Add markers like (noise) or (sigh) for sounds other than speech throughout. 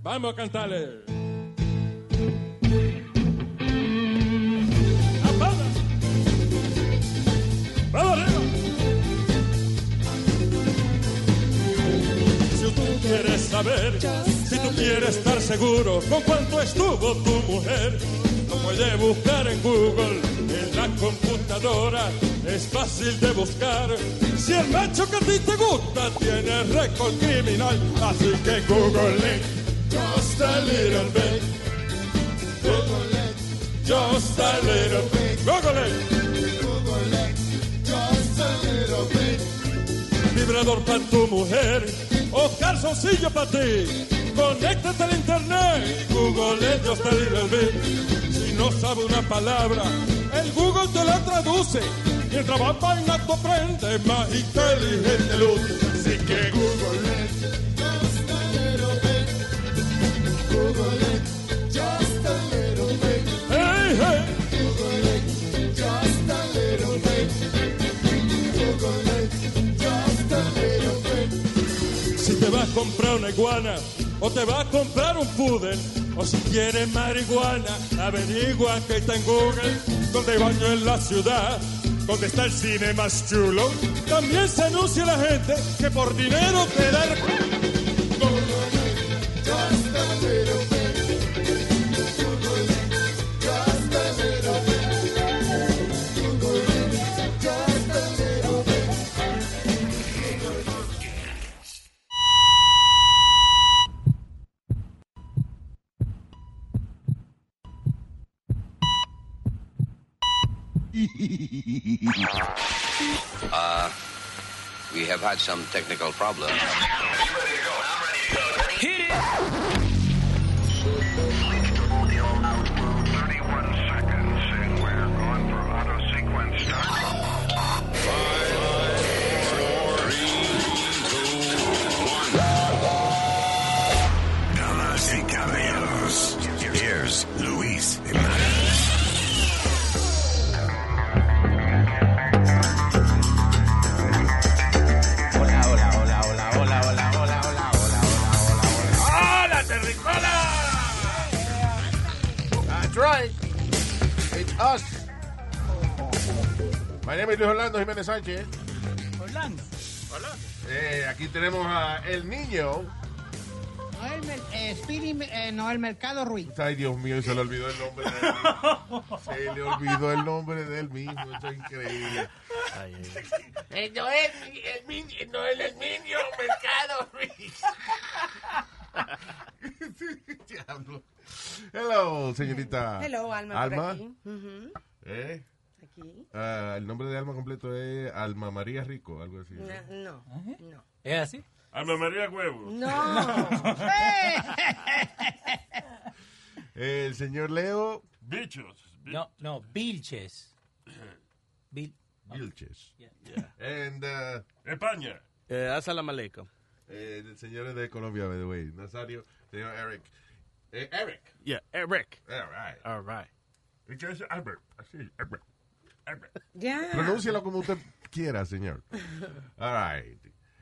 Vamos a cantarle. ¡Aplaudan! ¡Vamos arriba! Si tú quieres saber, si tú quieres estar seguro con cuánto estuvo tu mujer, lo puedes buscar en Google, en la computadora. Es fácil de buscar. Si el macho que a ti te gusta tiene récord criminal, así que Google it just a little bit. Google it just a little bit. Google it. vibrador para tu mujer o calzoncillo para ti. Conéctate al internet y Google ellos te Si no sabe una palabra, el Google te la traduce. Mientras va bailando aprende más inteligente luz. Así que Google hey, hey. Si te vas a comprar una iguana o te vas a comprar un pudel o si quieres marihuana, averigua que está en Google donde hay baño en la ciudad, donde está el cine más chulo. También se anuncia a la gente que por dinero te da el... Uh, We have had some technical problems. Damas y caballeros, here's Luis Hola, hola, hola, hola, hola, hola, hola, hola, hola, hola, hola, hola. ¡Hola, Terricola! That's right. It's us. My name is Luis Orlando Jiménez Sánchez. Orlando. Eh, aquí tenemos a El Niño. No el, mer- eh, Speedy, eh, no el Mercado Ruiz. (laughs) Ay, Dios mío, se le olvidó el nombre. de él. Se le olvidó el nombre de él mismo. Esto es increíble. no es el niño, no es el niño mercado, Luis. Diablo. Hello, señorita. Hello, Alma. Alma. Por aquí. Ujú, ¿Eh? aquí. Ah, el nombre de Alma completo es Alma María Rico, algo así. ¿no? Na- No, no. ¿Es así? Alma María Huevo. (laughs) No. (laughs) El señor Leo Bichos. No, no, Vilches. Vil- Vilches. And, uh, España. Eh, Assalamu alaikum. eh, el señor de Colombia, by the way. Nazario, señor Eric. Eh, Eric. Yeah, Eric. All right. All right. ¿Y qué es Albert? Así, Albert. (laughs) Albert. Ya. Pronúncialo como usted quiera, señor. All right.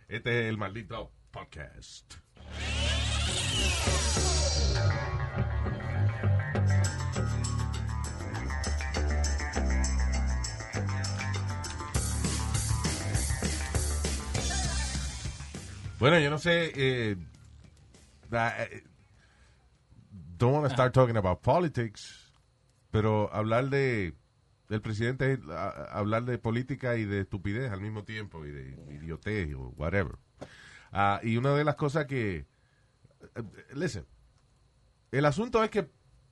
Este es el maldito podcast. Bueno, yo no sé. Eh, da- eh, don't want to start talking about politics, pero hablar de del presidente es a- a- hablar de política y de estupidez al mismo tiempo y de idiotez o whatever. Ah, y una de las cosas que eh, listen, el asunto es que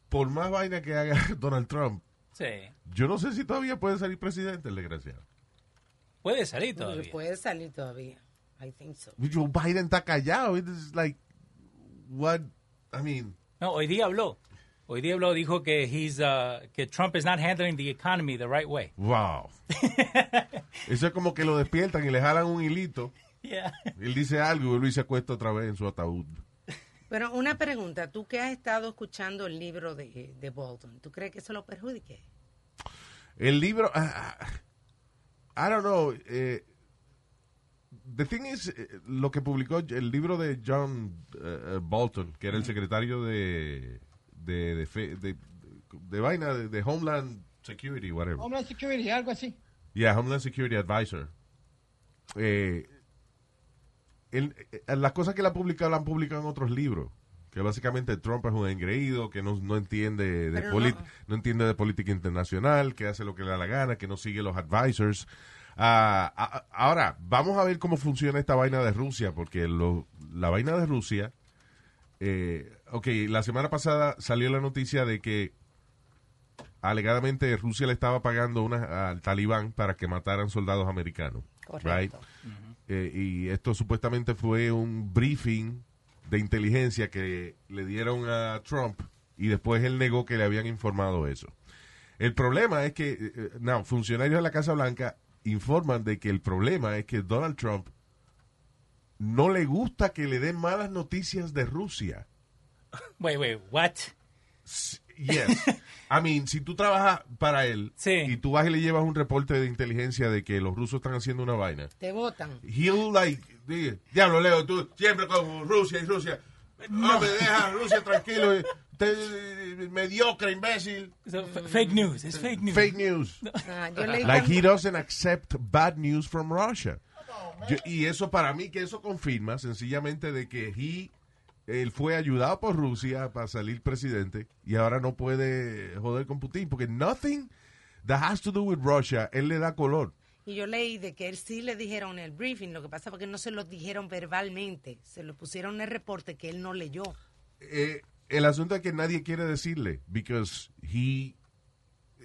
por más vaina que haga (laughs) Donald Trump, Sí. yo no sé si todavía puede salir presidente el desgraciado. Puede salir todavía. Puede salir todavía. I think so. Joe Biden está callado. It's like what I mean. No, hoy día habló. Hoy día habló, dijo que, he's, uh, que Trump is not handling the economy the right way. (laughs) Wow. Eso es como que lo despiertan y le jalan un hilito. Yeah. Él dice algo y Luis se acuesta otra vez en su ataúd. Pero una pregunta, tú que has estado escuchando el libro de, de Bolton, ¿tú crees que eso lo perjudique? El libro. ah, ah, I don't know. eh, the thing is, eh, lo que publicó el libro de John eh, eh, Bolton, que era el secretario de de, de, fe- de- de vaina de, de Homeland Security, whatever. Homeland Security, algo así. Yeah, Homeland Security Advisor. Eh, él- eh, las cosas que él ha publicado, la han publicado en otros libros. Que básicamente Trump es un engreído, que no, no entiende de Pero polit- no- no. entiende de política internacional, que hace lo que le da la gana, que no sigue los advisors. Ah, a- a- ahora, vamos a ver cómo funciona esta vaina de Rusia, porque lo- la vaina de Rusia... Eh, ok, la semana pasada salió la noticia de que alegadamente Rusia le estaba pagando una, al talibán para que mataran soldados americanos. Correcto. Eh, y esto supuestamente fue un briefing de inteligencia que le dieron a Trump y después él negó que le habían informado eso. El problema es que, eh, eh, no, funcionarios de la Casa Blanca informan de que el problema es que Donald Trump no le gusta que le den malas noticias de Rusia. Wait, wait, what? Yes. I mean, si tú trabajas para él Sí. y tú vas y le llevas un reporte de inteligencia de que los rusos están haciendo una vaina, Te votan. he'll like, diga, diablo Leo, tú siempre con Rusia y Rusia, no me dejas Rusia tranquilo, eh, te- mediocre, imbécil, So, f- fake news. It's fake news. fake news. Ah, yo leí Like he también- doesn't accept bad news from Russia. Yo- y eso para mí que eso confirma sencillamente de que he, él fue ayudado por Rusia para salir presidente y ahora no puede joder con Putin porque nothing that has to do with Russia él le da color. y yo leí de que él sí le dijeron el briefing, lo que pasa fue que no se lo dijeron verbalmente, se lo pusieron en el reporte que él no leyó. Eh, el asunto es que nadie quiere decirle because he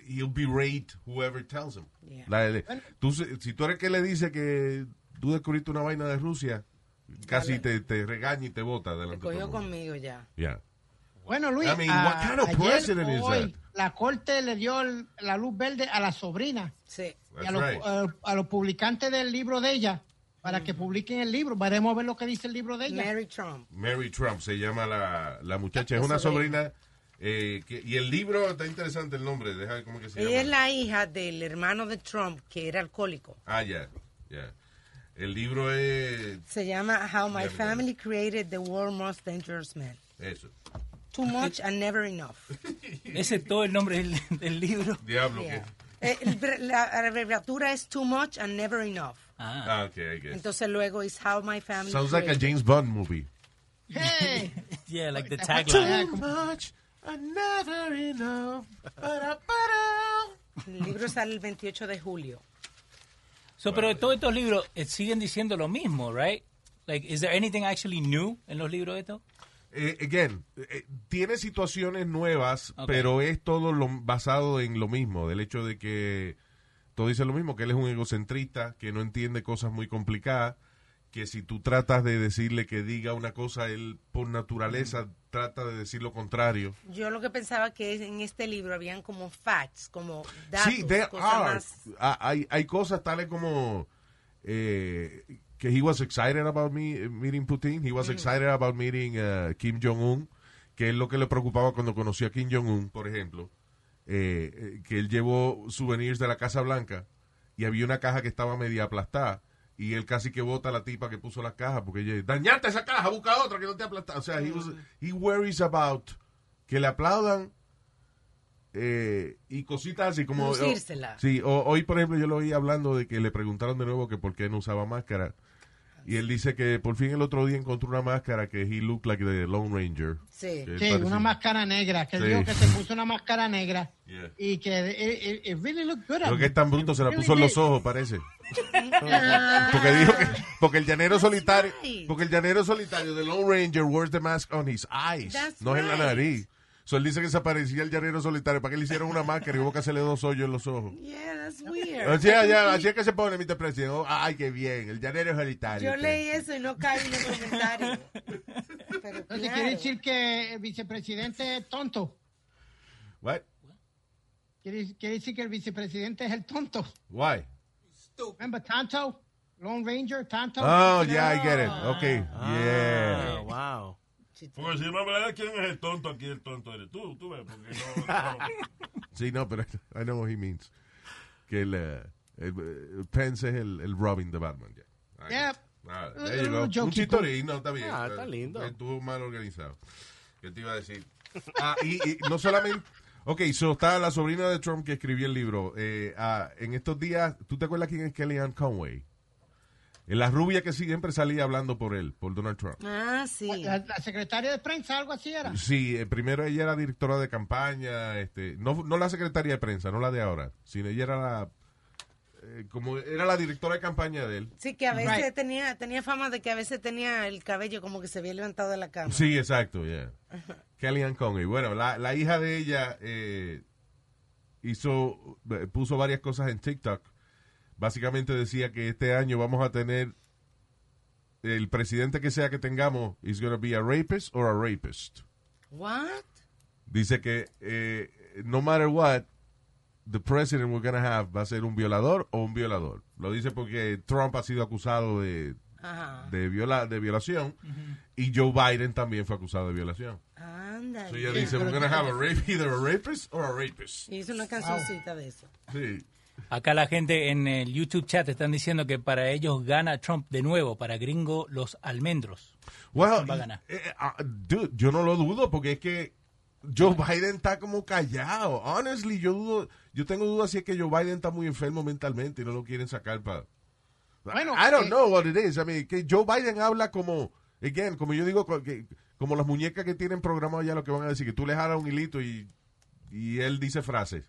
he'll berate whoever tells him. Yeah. La- le- tú se- si tú eres que le dice que tú descubriste una vaina de Rusia casi te, te regaña y te bota Se delante de todo el cogió mundo. conmigo ya. Yeah. Bueno, Luis, I mean, a- what kind of ayer president o is hoy, that? la corte le dio el- la luz verde a la sobrina Sí. y a That's los, right. a- a los publicantes del libro de ella para que publiquen el libro. Veremos a ver lo que dice el libro de ella. Mm. Mary Trump. Mary Trump se llama la, la muchacha, es una sobrina. eh, que- y el libro está interesante el nombre, deja cómo que se Ella es llama. la hija del hermano de Trump que era alcohólico. Ah, ya, ya. El libro es Se llama How My Ya, mira. Family Created the World's Most Dangerous Man. (laughs) eso. (laughs) Too much and never enough. Ese es todo el nombre del, del libro. Diablo Yeah. que. Eh, el bre- la abreviatura es Too much and never enough. Ah. Ah, ok, I guess. Entonces luego es How My Family Sounds like a Created- James Bond movie. (laughs) Hey, Yeah, like the Ah, tagline. como- much, never enough. El libro sale el 28 de julio. So, pero todos estos libros eh, siguen diciendo lo mismo, right? Like, is there anything actually new en los libros estos? again, eh, tiene situaciones nuevas, Ok. pero es todo lo, basado en lo mismo, del hecho de que todo dice lo mismo, que él es un egocentrista, que no entiende cosas muy complicadas, que si tú tratas de decirle que diga una cosa, él por Mm. naturaleza trata de decir lo contrario. Yo lo que pensaba que es- en este libro habían como facts, como datos, sí, there cosas are. más. Ah, Hay, hay cosas tales como eh, que he was excited about me, eh, meeting Putin, he was Mm. excited about meeting uh, Kim Jong-un, que es lo que le preocupaba cuando conoció a Kim Jong-un, por ejemplo, eh, eh, que él llevó souvenirs de la Casa Blanca y había una caja que estaba media aplastada. Y él casi que bota a la tipa que puso la caja porque ella dañate esa caja, busca otra que no te aplasta. O sea, he, was- he worries about que le aplaudan eh, y cositas así como... Lucírsela. sí, o- hoy por ejemplo yo lo oí hablando de que le preguntaron de nuevo que por qué no usaba máscara. Y él dice que por fin el otro día encontró una máscara que he looked like the Lone Ranger. Sí. Que Sí, parece- una máscara negra. Que Sí. dijo que se puso una máscara negra Yeah. y que it, it- it really looked good. Lo que es tan bruto se la puso en los ojos, parece. (laughs) Porque dijo que porque el llanero solitario, Ah. right. porque el llanero solitario de Lone Ranger wears the mask on his eyes, That's no en la right. nariz. So él dice que se parecía el llanero solitario para que le hicieron una máscara y hubo que hacerle dos hoyos en los ojos. Yeah, that's weird. Así, es, ya, así es que se pone, Mr. President. Oh, ay, qué bien, el llanero solitario. Yo leí eso y no caí en el (laughs) comentario. Pero Entonces quiere claro, decir que el vicepresidente es tonto. What? Quiere, quiere decir que el vicepresidente es el tonto. Why? Remember Tonto? Lone Ranger, Tonto. Ah. Oh, yeah, I get it. Okay, yeah. Ah, wow. Porque Pues si no me da quién es el tonto aquí, el tonto eres tú, tú ves, porque no- no. Sí, no, pero (laughs) I know what he means. Que el, eh, el, eh, Pence es el, el Robin de Batman. ya. Yep. Ah, No, there you Uh, no, go. no, Un joking. chitorino está bien. Ah, está lindo. Estuvo mal organizado. Yo te iba a decir. (laughs) Ah, y, y no solamente. Ok, so está la sobrina de Trump que escribió el libro. Eh, ah, en estos días, ¿tú te acuerdas quién es Kellyanne Conway? Eh, La rubia que siempre salía hablando por él, por Donald Trump. Ah, sí. La, la secretaria de prensa, algo así era. Sí, eh, primero ella era directora de campaña, este, no, no la secretaria de prensa, no la de ahora, sino ella era la, eh, como era la directora de campaña de él. Sí, que a veces Right. tenía, tenía fama de que a veces tenía el cabello como que se había levantado de la cama. Sí, exacto, yeah. Kellyanne Conway. Bueno, la, la hija de ella eh, hizo, eh, puso varias cosas en TikTok. Básicamente decía que este año vamos a tener el presidente que sea que tengamos is going to be a rapist or a rapist. What? Dice que eh, no matter what, the president we're going to have va a ser un violador o un violador. Lo dice porque Trump ha sido acusado de, Ajá. de, viola, de violación y Joe Biden también fue acusado de violación. Anda. So ella dice, we're gonna have a rape, either a rapist or a rapist. Hizo una cancioncita de eso. Sí. Acá la gente en el YouTube chat están diciendo que para ellos gana Trump de nuevo, para gringo los almendros. Well, Va a ganar. eh, ah, dude, yo no lo dudo porque es que Joe Biden está como callado. Honestly, yo dudo, yo tengo dudas si es que Joe Biden está muy enfermo mentalmente y no lo quieren sacar para... Bueno, I don't eh, know what it is. I mean, que Joe Biden habla como, again, como yo digo, co- que- como las muñecas que tienen programado ya lo que van a decir, que tú le jalas un hilito y, y él dice frases.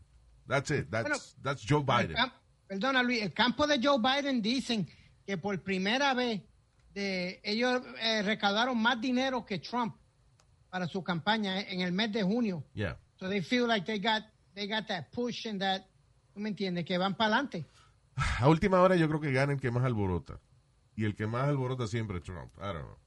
That's it. That's, that's Joe El Biden. cam- Perdona, Luis, el campo de Joe Biden dicen que por primera vez de, ellos eh, recaudaron más dinero que Trump para su campaña en el mes de junio. Yeah. So they feel like they got, they got that push and that, ¿tú me entiendes? Que van para adelante. A última hora yo creo que gana el que más alborota. Y el que más alborota siempre es Trump. I don't know.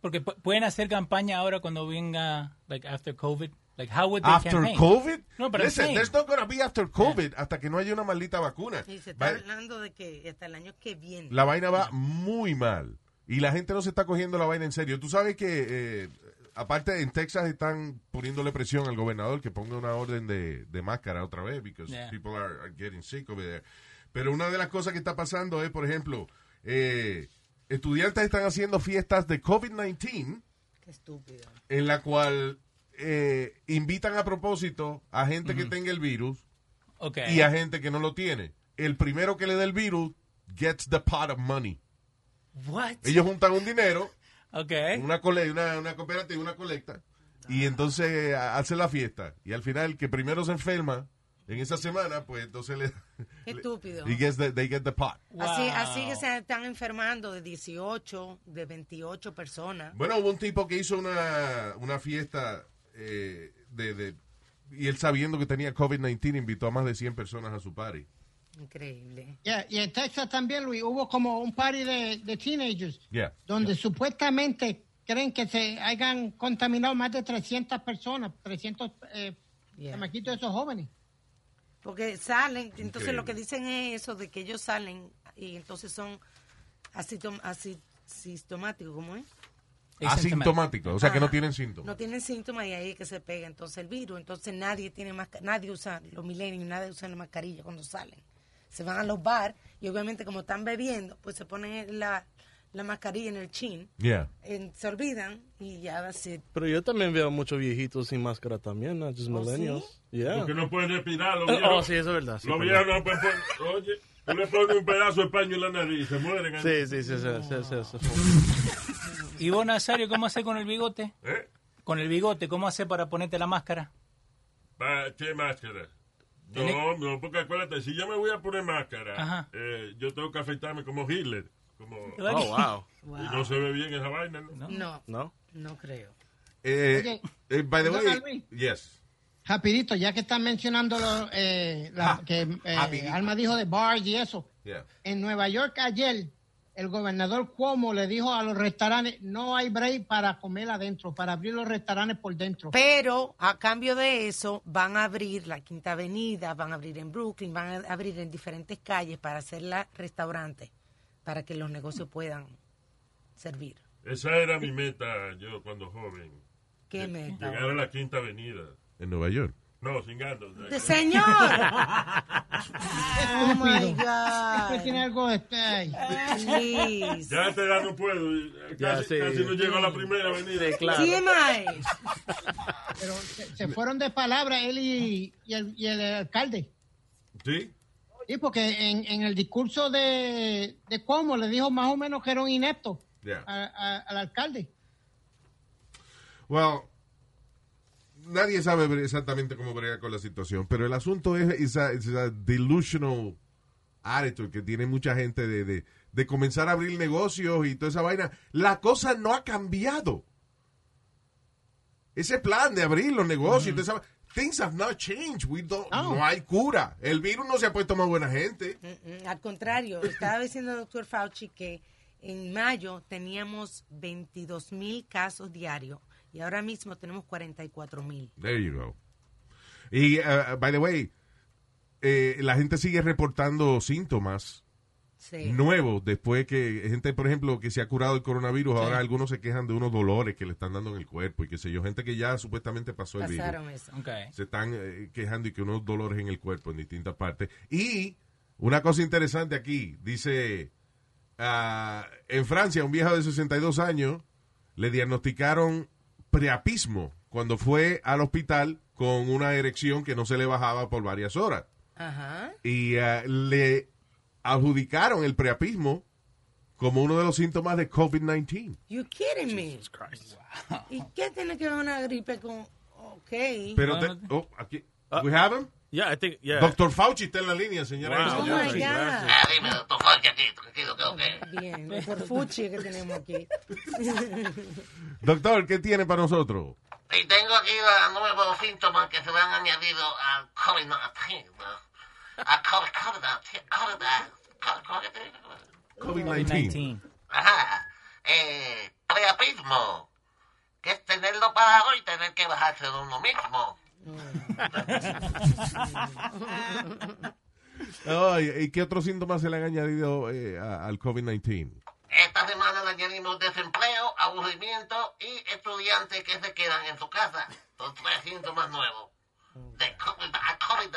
Porque pu- pueden hacer campaña ahora cuando venga, like after COVID. Like how would they After campaign? COVID? No, but I'm Listen, saying- there's not gonna be after COVID hasta que no haya una maldita vacuna. Y se está Va- hablando de que hasta el año que viene. la vaina va muy mal. Y la gente no se está cogiendo la vaina en serio. Tú sabes que, eh, aparte, en Texas están poniéndole presión al gobernador que ponga una orden de, de máscara otra vez, because Yeah. people are, are getting sick over there. Pero una de las cosas que está pasando es, por ejemplo, eh, estudiantes están haciendo fiestas de COVID-19 Qué estúpido. en la cual eh, invitan a propósito a gente que tenga el virus Okay. y a gente que no lo tiene. El primero que le dé el virus gets the pot of money. What? Ellos juntan un (laughs) dinero, Okay. una, cole- una, una cooperativa, una colecta, Ah. y entonces a- hacen la fiesta. Y al final, el que primero se enferma en esa semana, pues entonces le. Qué le- estúpido. he gets the- they get the pot. Así, Wow. así que se están enfermando de 18, de 28 personas. Bueno, hubo un tipo que hizo una, una fiesta eh, de, de- Y él sabiendo que tenía COVID-19 invitó a más de 100 personas a su party. Increíble. Yeah, y en Texas también, Luis, hubo como un party de, de teenagers Yeah. donde supuestamente creen que se hayan contaminado más de 300 personas, 300 eh, Yeah. chamaquitos de esos jóvenes. Porque salen, entonces Increíble. lo que dicen es eso de que ellos salen y entonces son asitom- asi- sintomáticos, ¿cómo es? Asintomático, o sea que Ajá. no tienen síntomas. No tienen síntomas y ahí es que se pega entonces el virus. Entonces nadie tiene masca- nadie usa, los millennials, nadie usa la mascarilla cuando salen. Se van a los bar y obviamente como están bebiendo, pues se ponen la, la mascarilla en el chin, Yeah. en- se olvidan y ya se... Pero yo también veo muchos viejitos sin máscara también, no just millennials. Yeah. ¿Oh, Porque no pueden respirar, los Oh, viejos. sí, eso es verdad. Sí, los perdón. viejos no pueden poner- Oye, tú le pones un pedazo de paño en la nariz, se mueren. ahí. sí, sí, sí, sí, sí, sí, sí, sí. Ivo Nazario, ¿cómo hace con el bigote? ¿Eh? Con el bigote, ¿cómo hace para ponerte la máscara? Pa- ¿Qué máscara? No, Tiene- no, porque acuérdate, si yo me voy a poner máscara, Ajá. eh, yo tengo que afeitarme como Hitler. Como, Oh, wow. (laughs) Y no se ve bien esa vaina, ¿no? No, No? no creo. Eh, eh, by the Oye, way, Luis. yes. Rapidito, ya que están mencionando lo, eh, la- Ja, que eh, rapidito. Alma dijo de bars y eso. Yeah. En Nueva York ayer, el gobernador Cuomo le dijo a los restaurantes, no hay break para comer adentro, para abrir los restaurantes por dentro. Pero a cambio de eso van a abrir la Quinta Avenida, van a abrir en Brooklyn, van a abrir en diferentes calles para hacerla restaurantes, para que los negocios puedan servir. Esa era mi meta yo cuando joven. ¿Qué meta? Llegar a la Quinta Avenida. En Nueva York. No, sin gato. o sea, ¡De (laughs) señor! oh my Siempre God. tiene algo este ahí. Please. Ya a esta edad no puedo. y Casi, Ya, sí. casi no llego a la primera avenida. claro. TMI. Pero se, se fueron de palabra él y, y el, y el alcalde. ¿Sí? Sí, porque en, en el discurso de, de Cuomo le dijo más o menos que era un inepto Yeah. a- a- al alcalde. Ah, Well, nadie sabe bre- exactamente cómo bregar con la situación, pero el asunto es esa, esa delusional attitude que tiene mucha gente de, de- de comenzar a abrir negocios y toda esa vaina. La cosa no ha cambiado. Ese plan de abrir los negocios, y toda esa va- things have not changed. We don't- No. No hay cura. El virus no se ha puesto más buena gente. Mm-mm, Al contrario, estaba diciendo el doctor Fauci que en mayo teníamos 22 mil casos diarios y ahora mismo tenemos 44 mil. There you go. Y, uh, by the way, eh, la gente sigue reportando síntomas. Sí. nuevos después que gente, por ejemplo, que se ha curado el coronavirus, ahora algunos se quejan de unos dolores que le están dando en el cuerpo y qué sé yo, gente que ya supuestamente pasó el virus. pasaron eso. Okay. Se están eh, quejando y que unos dolores en el cuerpo en distintas partes. Y una cosa interesante aquí, dice, ah, en Francia un viejo de 62 años le diagnosticaron preapismo cuando fue al hospital con una erección que no se le bajaba por varias horas Ajá. y ah, le adjudicaron el preapismo como uno de los síntomas de COVID-19. You kidding me. ¿Y qué tiene que ver una gripe con ok? Pero, te- oh, aquí, we have him. Ah. Yeah, I think, yeah. Doctor Fauci está en la línea, señora. oh Wow. Señora. my God. Ah, dime, doctor Jorge, aquí, tranquilo, que ok. Bien, el porfuchi que tenemos (laughs) aquí. Doctor, ¿qué tiene para nosotros? Oh, Y tengo aquí los nuevos síntomas que se han añadido al COVID-19. ¿no? A COVID, COVID-19, COVID-19, COVID-19. COVID-19. Ajá. Eh, preapismo. Que es tenerlo parado y tener que bajarse de uno mismo. Ay, ¿Y qué otros síntomas se le han añadido eh, a- al COVID-19? Esta semana le añadimos desempleo, aburrimiento y estudiantes que se quedan en su casa. Son tres síntomas nuevos. De COVID, a COVID,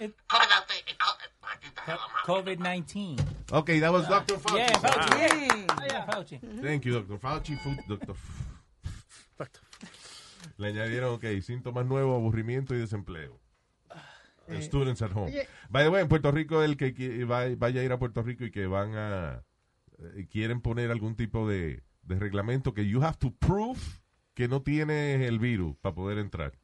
It- COVID, COVID, maldita sea la madre. COVID-19. Ok, that was Dr. Fauci. Yeah, Fauci. Bien. 哎 Yeah, Fauci. Thank you, Dr. Fauci. Fu- Dr. F- Le añadieron, ok, síntomas nuevos, aburrimiento y desempleo. And Students at home. Oye. By the way, en Puerto Rico, el que qui- va- vaya a ir a Puerto Rico y que van a. eh, quieren poner algún tipo de, de reglamento que you have to prove que no tienes el virus para poder entrar.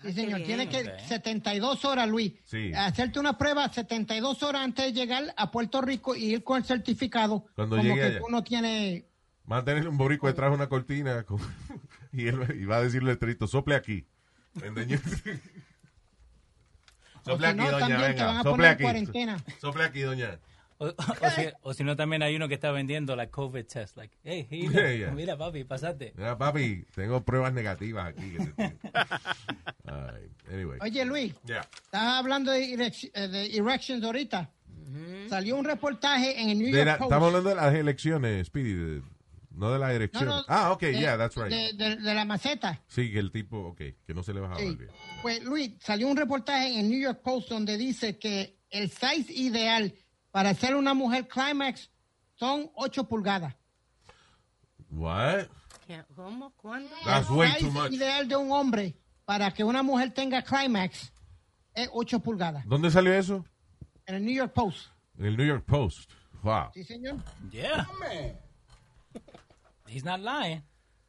Sí, señor, qué tiene bien. que 72 horas, Luis. Sí. Hacerte una prueba 72 horas antes de llegar a Puerto Rico y ir con el certificado. Cuando como llegue que allá. uno tiene. Van a tener un boricua detrás de una cortina con- (laughs) y, él, y va a decirle estricto, sople aquí. And then you- (laughs) O sople si aquí, no, doña, también te van venga. a Sople poner en aquí. cuarentena. Sople aquí, doña. O, o, si, o si no, también hay uno que está vendiendo like COVID test. Like, hey, here you go. Yeah, yeah. mira, papi, pasate. Mira, papi, tengo pruebas negativas aquí. que te tengo. Ay, anyway. Oye, Luis, Yeah. estabas hablando de, erec- eh, de erections ahorita. Salió un reportaje en el New De York la- Post. estamos hablando de las elecciones, Speedy, de- no de las No, erecciones. no, ah, ok, de- yeah, that's right. De, de- de la maceta. sí, que el tipo, ok, que no se le bajaba el Sí. Ah, bien. Pues Luis, salió un reportaje en el New York Post donde dice que el size ideal para ser una mujer climax son 8 pulgadas. What? ¿Cómo? ¿Cuándo? That's el way size too much. ideal de un hombre para que una mujer tenga climax es 8 pulgadas. ¿Dónde salió eso? En el New York Post. En el New York Post. Wow. Sí, señor. Yeah. He's not lying.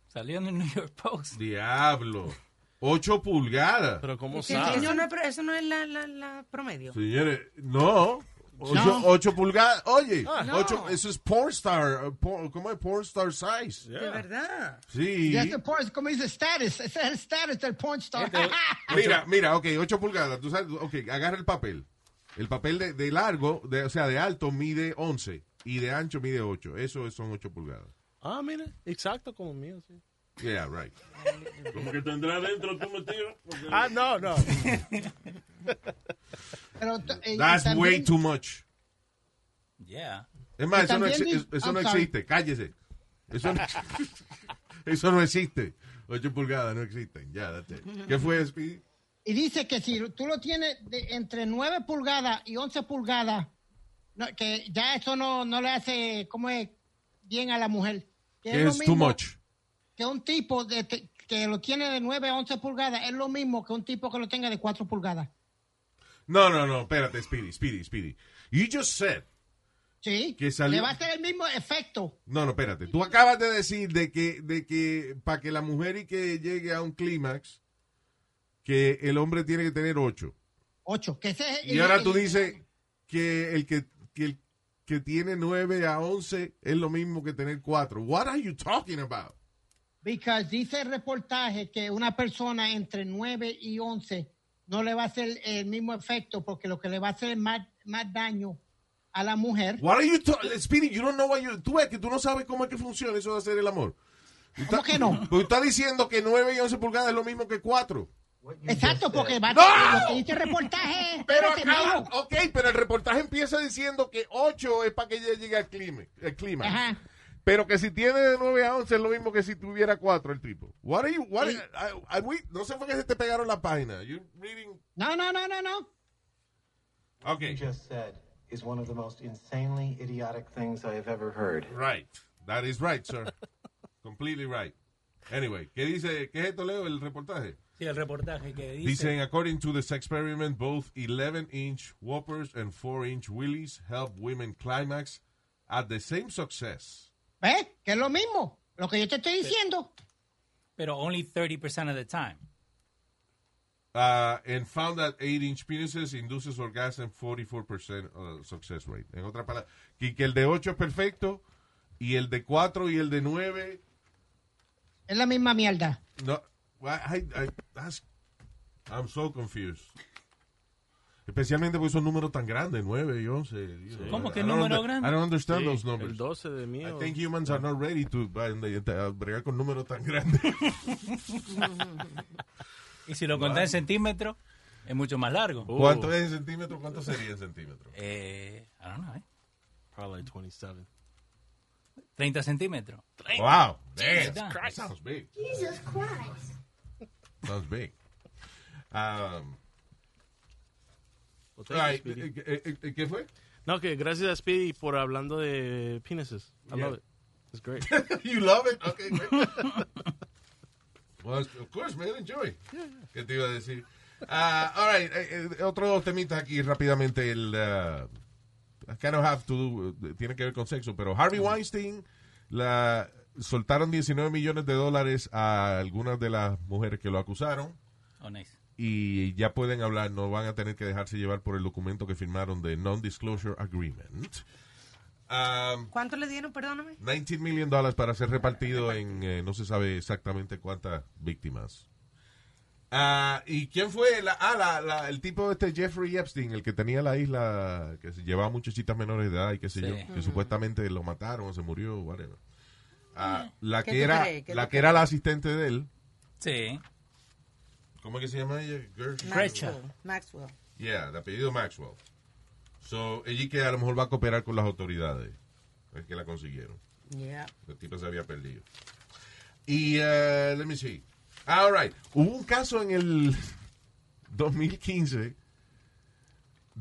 Salió en el New York Post. Diablo. 8 pulgadas. Pero ¿cómo Sí, sabe? Eso no, es pro- eso no es la, la, la promedio. Señores, no. 8, No. Ah, pulgadas. Oye, No. ocho- eso es porn star. eh, por- ¿Cómo es porn star size? De verdad. Sí. Y ese porn, como dice status, ese es el status del porn star. Este, Mira, mira, ok, 8 pulgadas. Tú sabes, ok, agarra el papel. El papel de, de largo, de, o sea, de alto mide 11 y de ancho mide 8. Eso es- son 8 pulgadas. Ah, mire, exacto como mío. Sí. Yeah, right. Como que tendrá adentro tú metido. porque- Ah, no, no. Pero t- eh, y That's también- way too much. Yeah. Es más, Y eso no, también exi- dice- eso I'm no sorry. existe. Cállese. Eso no, (laughs) eso no existe. 8 pulgadas no existen. Ya, that's it. ¿Qué fue, Speedy? Y dice que si tú lo tienes de entre 9 pulgadas y 11 pulgadas, no, que ya eso no, no le hace como es, bien a la mujer. Que Que lo es too mismo much. Que un tipo de, te- que lo tiene de 9 a 11 pulgadas es lo mismo que un tipo que lo tenga de 4 pulgadas. No, no, no, espérate, Speedy, Speedy, Speedy. You just said. Sí. Que salió- Le va a hacer el mismo efecto. No, no, espérate. Tú acabas de decir de que, de que para que la mujer y que llegue a un clímax, que el hombre tiene que tener ocho. 8. Que ese es Y el- ahora tú el- dices que el que, que el que tiene 9 a 11 es lo mismo que tener 4. What are you talking about? Because dice el reportaje que una persona entre 9 y 11 no le va a hacer el mismo efecto porque lo que le va a hacer es más, más daño a la mujer. What are you talking Speedy, you don't know what you Tú ves que tú no sabes cómo es que funciona eso de hacer el amor. ¿Cómo que no? Tú estás diciendo que 9 y 11 pulgadas es lo mismo que 4. Exacto, porque va a ¡No! lo que dice el reportaje. es- Pero espérate, acaba, mijo. ok, pero el reportaje empieza diciendo que 8 es para que ella llegue al clima. El clima. Ajá. Pero que si tiene de 9 a 11 es lo mismo que si tuviera 4 el tipo. What are you, what are- I- I- we- no sé por qué se te pegaron la página. You reading. No, no, no, no, no. Okay. just said is one of the most insanely idiotic things I have ever heard. Right. That is right, sir. Completely right. Anyway, ¿qué dice? ¿Qué es esto, Leo, el reportaje? Sí, el reportaje que dice. Dicen, according to this experiment, both 11-inch whoppers and 4-inch wheelies help women climax at the same success. ¿Ves? Eh, Que es lo mismo. Lo que yo te estoy diciendo. Pero only 30% of (laughs) the time. Uh, and found that 8-inch penises induces orgasm 44% uh, success rate. En otra palabra, que, que el de 8 es perfecto y el de 4 y el de 9 Es la misma mierda. No, I, I, I- that's- I'm so confused. Especialmente porque son números tan grandes, 9 y 11. you know. ¿Cómo que I don't número under- grande? I don't understand Sí, those el numbers. 12 de mí. I o- think humans are not ready to uh, bregar con números (laughs) tan grandes. Y si lo contás en centímetros, es mucho más largo. Oh, ¿Cuánto es (laughs) en centímetros? ¿Cuánto sería en centímetros? Eh, I don't know, eh. Probably 27. 30 centímetros. Wow. Damn. Christ. That sounds big. Jesus Christ. Sounds big. Um, Well, thank you, all right, Speedy. eh, eh, eh, ¿Qué fue? No, que gracias a Speedy por hablando de penises. I Yeah. love it. It's great. (laughs) (laughs) you love it? (laughs) Okay, great. well, of course, man, enjoy. ¿Qué te iba a decir? Ah, all right, eh, eh, otro dos temitas aquí rápidamente. El, ah, I kind of have to do- eh, tiene que ver con sexo, pero Harvey Mm. Weinstein la soltaron 19 millones de dólares a algunas de las mujeres que lo acusaron Oh, nice. y ya pueden hablar, no van a tener que dejarse llevar por el documento que firmaron de Non-Disclosure Agreement. Ah, ¿Cuánto le dieron, perdóname? 19 million dólares para ser repartido en eh, no se sabe exactamente cuántas víctimas. Ah, ¿Y quién fue? La, ah, la- la- el tipo este Jeffrey Epstein, el que tenía la isla, que se llevaba muchachitas menores de edad y qué sé Sí. yo, que supuestamente lo mataron o se murió, whatever. Ah, la ¿Qué que tú era crees? ¿Qué la tú que era la asistente de él, Sí. ¿cómo es que se llama ella? Gersh- Brecha. Maxwell. Yeah, de apellido Maxwell. So, ella que a lo mejor va a cooperar con las autoridades, es que la consiguieron. Yeah. El tipo se había perdido. Y, eh, let me see. All right. Hubo un caso en el (laughs) 2015.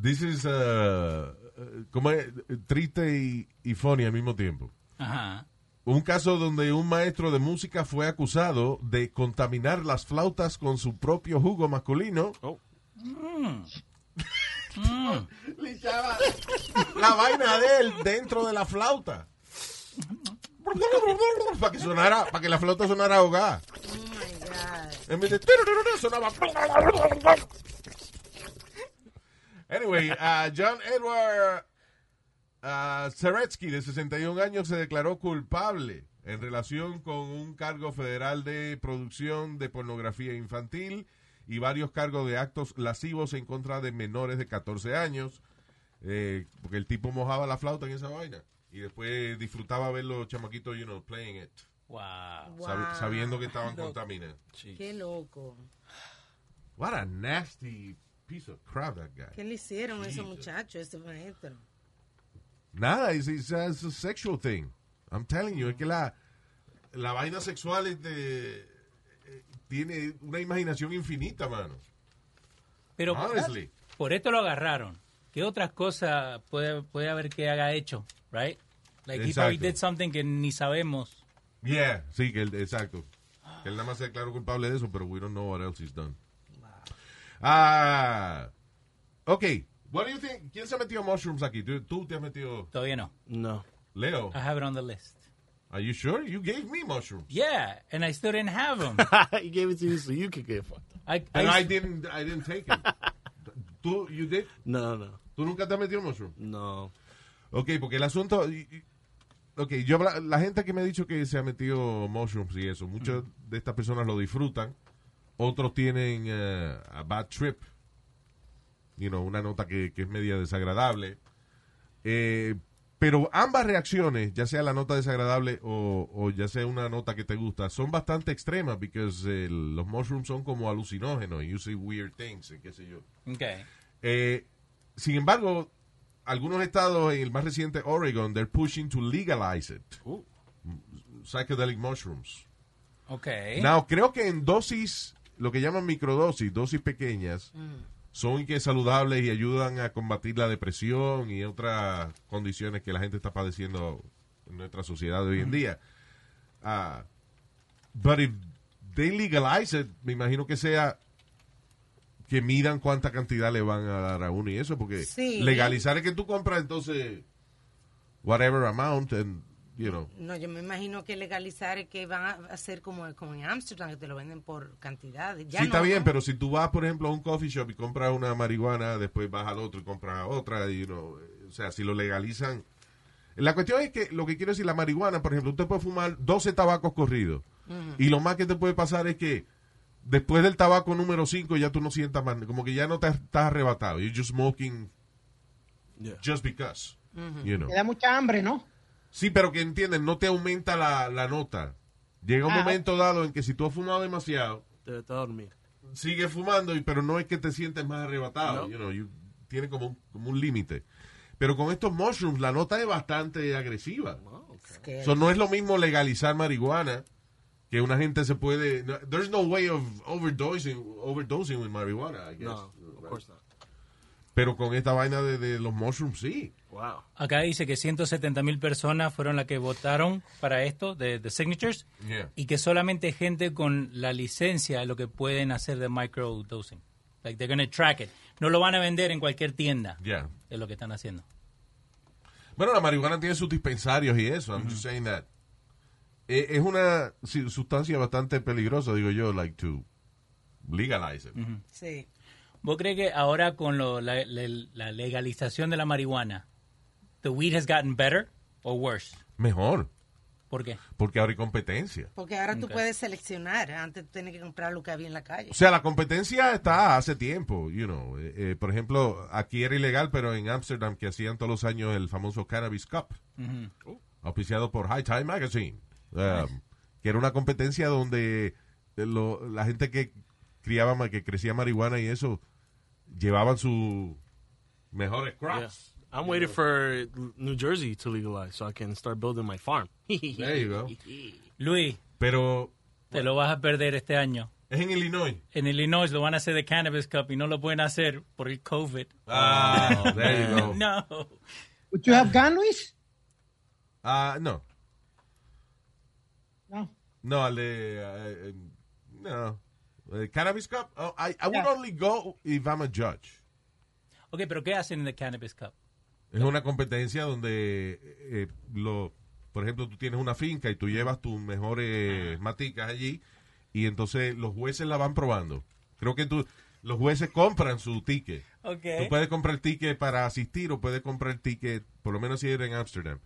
This is, uh, uh, como es, triste y, y funny al mismo tiempo. Ajá. Un caso donde un maestro de música fue acusado de contaminar las flautas con su propio jugo masculino. Le echaba (laughs) la vaina de él dentro de la flauta. Para que sonara, para que la flauta sonara ahogada. Oh my God. En vez de sonaba. Anyway, ah, John Edward ah, Zaretsky, de 61 años, se declaró culpable en relación con un cargo federal de producción de pornografía infantil y varios cargos de actos lascivos en contra de menores de 14 años, eh, porque el tipo mojaba la flauta en esa vaina y después disfrutaba ver los chamaquitos, you know, playing it, Wow. sabi- Wow. sabiendo que estaban contaminados. Qué loco. What a nasty piece of crap that guy. ¿Qué le hicieron a esos muchachos, ese maestro? Nada, it's, it's, a, it's a sexual thing. I'm telling you, es que la, la este, vaina sexual es de- eh, tiene una imaginación infinita, mano. Pero Honestly. por esto lo agarraron. ¿Qué otras cosas puede, puede haber que haga hecho? Right? Like he probably Exacto. did something que ni sabemos. Yeah, sí, que él, exacto. Que él nada más se declaró culpable de eso, pero we don't know what else he's done. Ah, ok. What do you think? ¿Quién se ha metido mushrooms aquí? ¿Tú, tú te has metido? Todavía no. No. Leo, I have it on the list. are you sure? You gave me mushrooms. Yeah, and I still didn't (laughs) have them. he gave it to (laughs) you so you could get fucked up. I, And I I, didn't, I didn't (laughs) take them. ¿Tú, you did? No, no, ¿Tú nunca te has metido mushrooms? no. Ok, porque el asunto... y- y- Ok, yo, habla- la gente que me ha dicho que se ha metido mushrooms y eso, muchas de estas personas lo disfrutan, otros tienen eh, a bad trip, you know, una nota que, que es media desagradable. Eh, pero ambas reacciones, ya sea la nota desagradable o, o ya sea una nota que te gusta, son bastante extremas, porque los mushrooms son como alucinógenos, you see weird things, y qué sé yo. okay. Eh, sin embargo, algunos estados, en el más reciente Oregon, they're pushing to legalize it. Psychedelic mushrooms. Okay. Now, creo que en dosis, lo que llaman microdosis, dosis pequeñas, son que saludables y ayudan a combatir la depresión y otras condiciones que la gente está padeciendo en nuestra sociedad de hoy en día. Ah, but if they legalize it, me imagino que sea que midan cuánta cantidad le van a dar a uno y eso, porque Sí. legalizar es que tú compras entonces whatever amount and, you know. No, yo me imagino que legalizar es que van a hacer como, como en Amsterdam, que te lo venden por cantidades. Ya sí, no, ¿eh? está bien, ¿no? pero si tú vas, por ejemplo, a un coffee shop y compras una marihuana, después vas al otro y compras otra, y, you know, o sea, si lo legalizan. La cuestión es que lo que quiero decir, la marihuana, por ejemplo, usted puede fumar 12 tabacos corridos. Mm. Y lo más que te puede pasar es que después del tabaco número 5 ya tú no sientas más, como que ya no te estás arrebatado. You're just smoking Yeah. just because. you know. Te da mucha hambre, ¿no? Sí, pero que entienden, no te aumenta la, la nota. Llega un Ah, momento dado en que si tú has fumado demasiado, Te está dormido. sigue fumando, y- pero no es que te sientes más arrebatado. No. you know, you- tiene como un, como un límite. Pero con estos mushrooms, la nota es bastante agresiva. Es que- So, no es lo mismo legalizar marihuana que una gente se puede. no- there's no way of overdosing, overdosing with marijuana, I guess. No, of course not. Pero con esta vaina de, de los mushrooms, sí. Wow. Acá dice que 170 mil personas fueron las que votaron para esto, de, de signatures, Yeah. y que solamente gente con la licencia es lo que pueden hacer de microdosing. Like they're gonna track it. No lo van a vender en cualquier tienda. Yeah. Es lo que están haciendo. Bueno, la marihuana tiene sus dispensarios y eso. I'm just saying that. Eh, Es una si- sustancia bastante peligrosa, digo yo, like to legalize it. Sí. ¿Vos crees que ahora con lo- la, la- la legalización de la marihuana, the weed has gotten better or worse? Mejor, ¿Por qué? porque ahora hay competencia. Porque ahora tú puedes seleccionar. Antes tienes que comprar lo que había en la calle. O sea, la competencia está hace tiempo, you know. Eh, eh, por ejemplo, aquí era ilegal, pero en Amsterdam que hacían todos los años el famoso Cannabis Cup, auspiciado por High Time Magazine, um, que era una competencia donde eh, lo- la gente que criaba, ma- que crecía marihuana y eso, llevaban sus mejores Yeah. crops. I'm waiting for New Jersey to legalize so I can start building my farm. (laughs) There you go. Luis, Pero te lo vas a perder este año. es en Illinois. En Illinois lo van a hacer de Cannabis Cup y no lo pueden hacer por el COVID. Ah, (laughs) there you go. No. Would you have gone, Luis? Ah, no. No. No, al de, eh, eh, no. Eh, Cannabis Cup. Oh, I, I would Yeah. only go if I'm a judge. Ok, pero ¿qué hacen en el Cannabis Cup? Es una competencia donde, eh, lo, por ejemplo, tú tienes una finca y tú llevas tus mejores maticas allí y entonces los jueces la van probando. Creo que tú, los jueces compran su ticket. Ok. Tú puedes comprar el ticket para asistir o puedes comprar el ticket, por lo menos si eres en Amsterdam,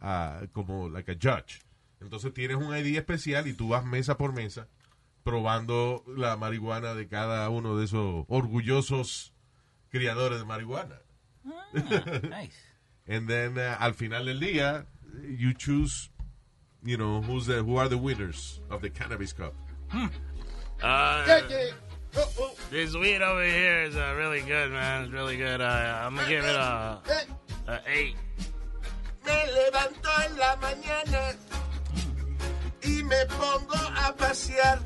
ah, como like a judge. Entonces tienes un ID especial y tú vas mesa por mesa probando la marihuana de cada uno de esos orgullosos criadores de marihuana. Ah, (laughs) nice. And then uh, al final del día, you choose, you know, who's the, who are the winners of the Cannabis Cup. Uh, Oh, This weed over here is uh, really good, man. It's really good. Uh, I'm gonna give it a, a eight. Me levanto en la mañana y me pongo a pasear,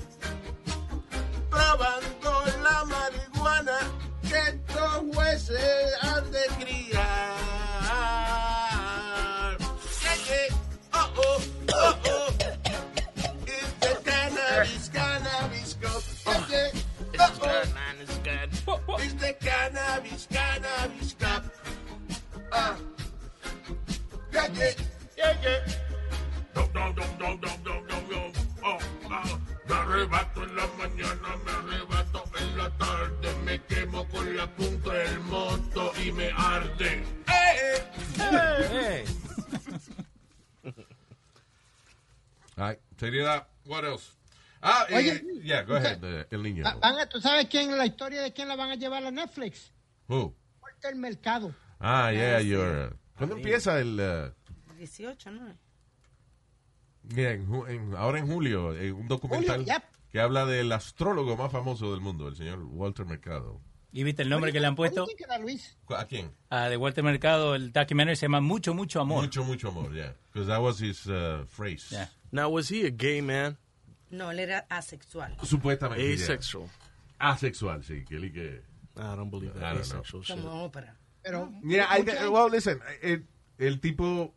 probando la marihuana que This is good, man. This is good. It's the cannabis, cannabis cup. Uh, yeah, yeah, yeah, yeah. Dum, dum, dum, dum, dum, dum, dum, dum. Oh, ah. Me arrebato en la mañana, me arrebato en la tarde, me quemo con la punta del moto y me arde. ¡Eh! Hey. All right, seriedad. What else? Ah, eh, Oye, yeah, go ahead, eh, el niño. Va- Ah, van a- ¿Tú sabes quién, la historia de quién la van a llevar a Netflix? Who? Walter Mercado. Ah, yeah, you're. ¿Cuándo empieza el? eh, 18, ¿no? mira, en ju- en- ahora en julio, eh, un documental Julio, yep. que habla del astrólogo más famoso del mundo, el señor Walter Mercado. ¿Y viste el nombre que le han puesto? ¿Dónde queda Luis? ¿Cu- ¿A quién? Ah, de Walter Mercado, el documentary se llama Mucho, Mucho Amor. Mucho, mucho amor, yeah. Because that was his uh, phrase. Yeah. Now, was he a gay man? No, él era asexual. Supuestamente. yeah. Asexual. Asexual, sí. Que él y que... I don't believe I that don't asexual shit. Como ópera. Pero Mira, hay- well, listen, el, el tipo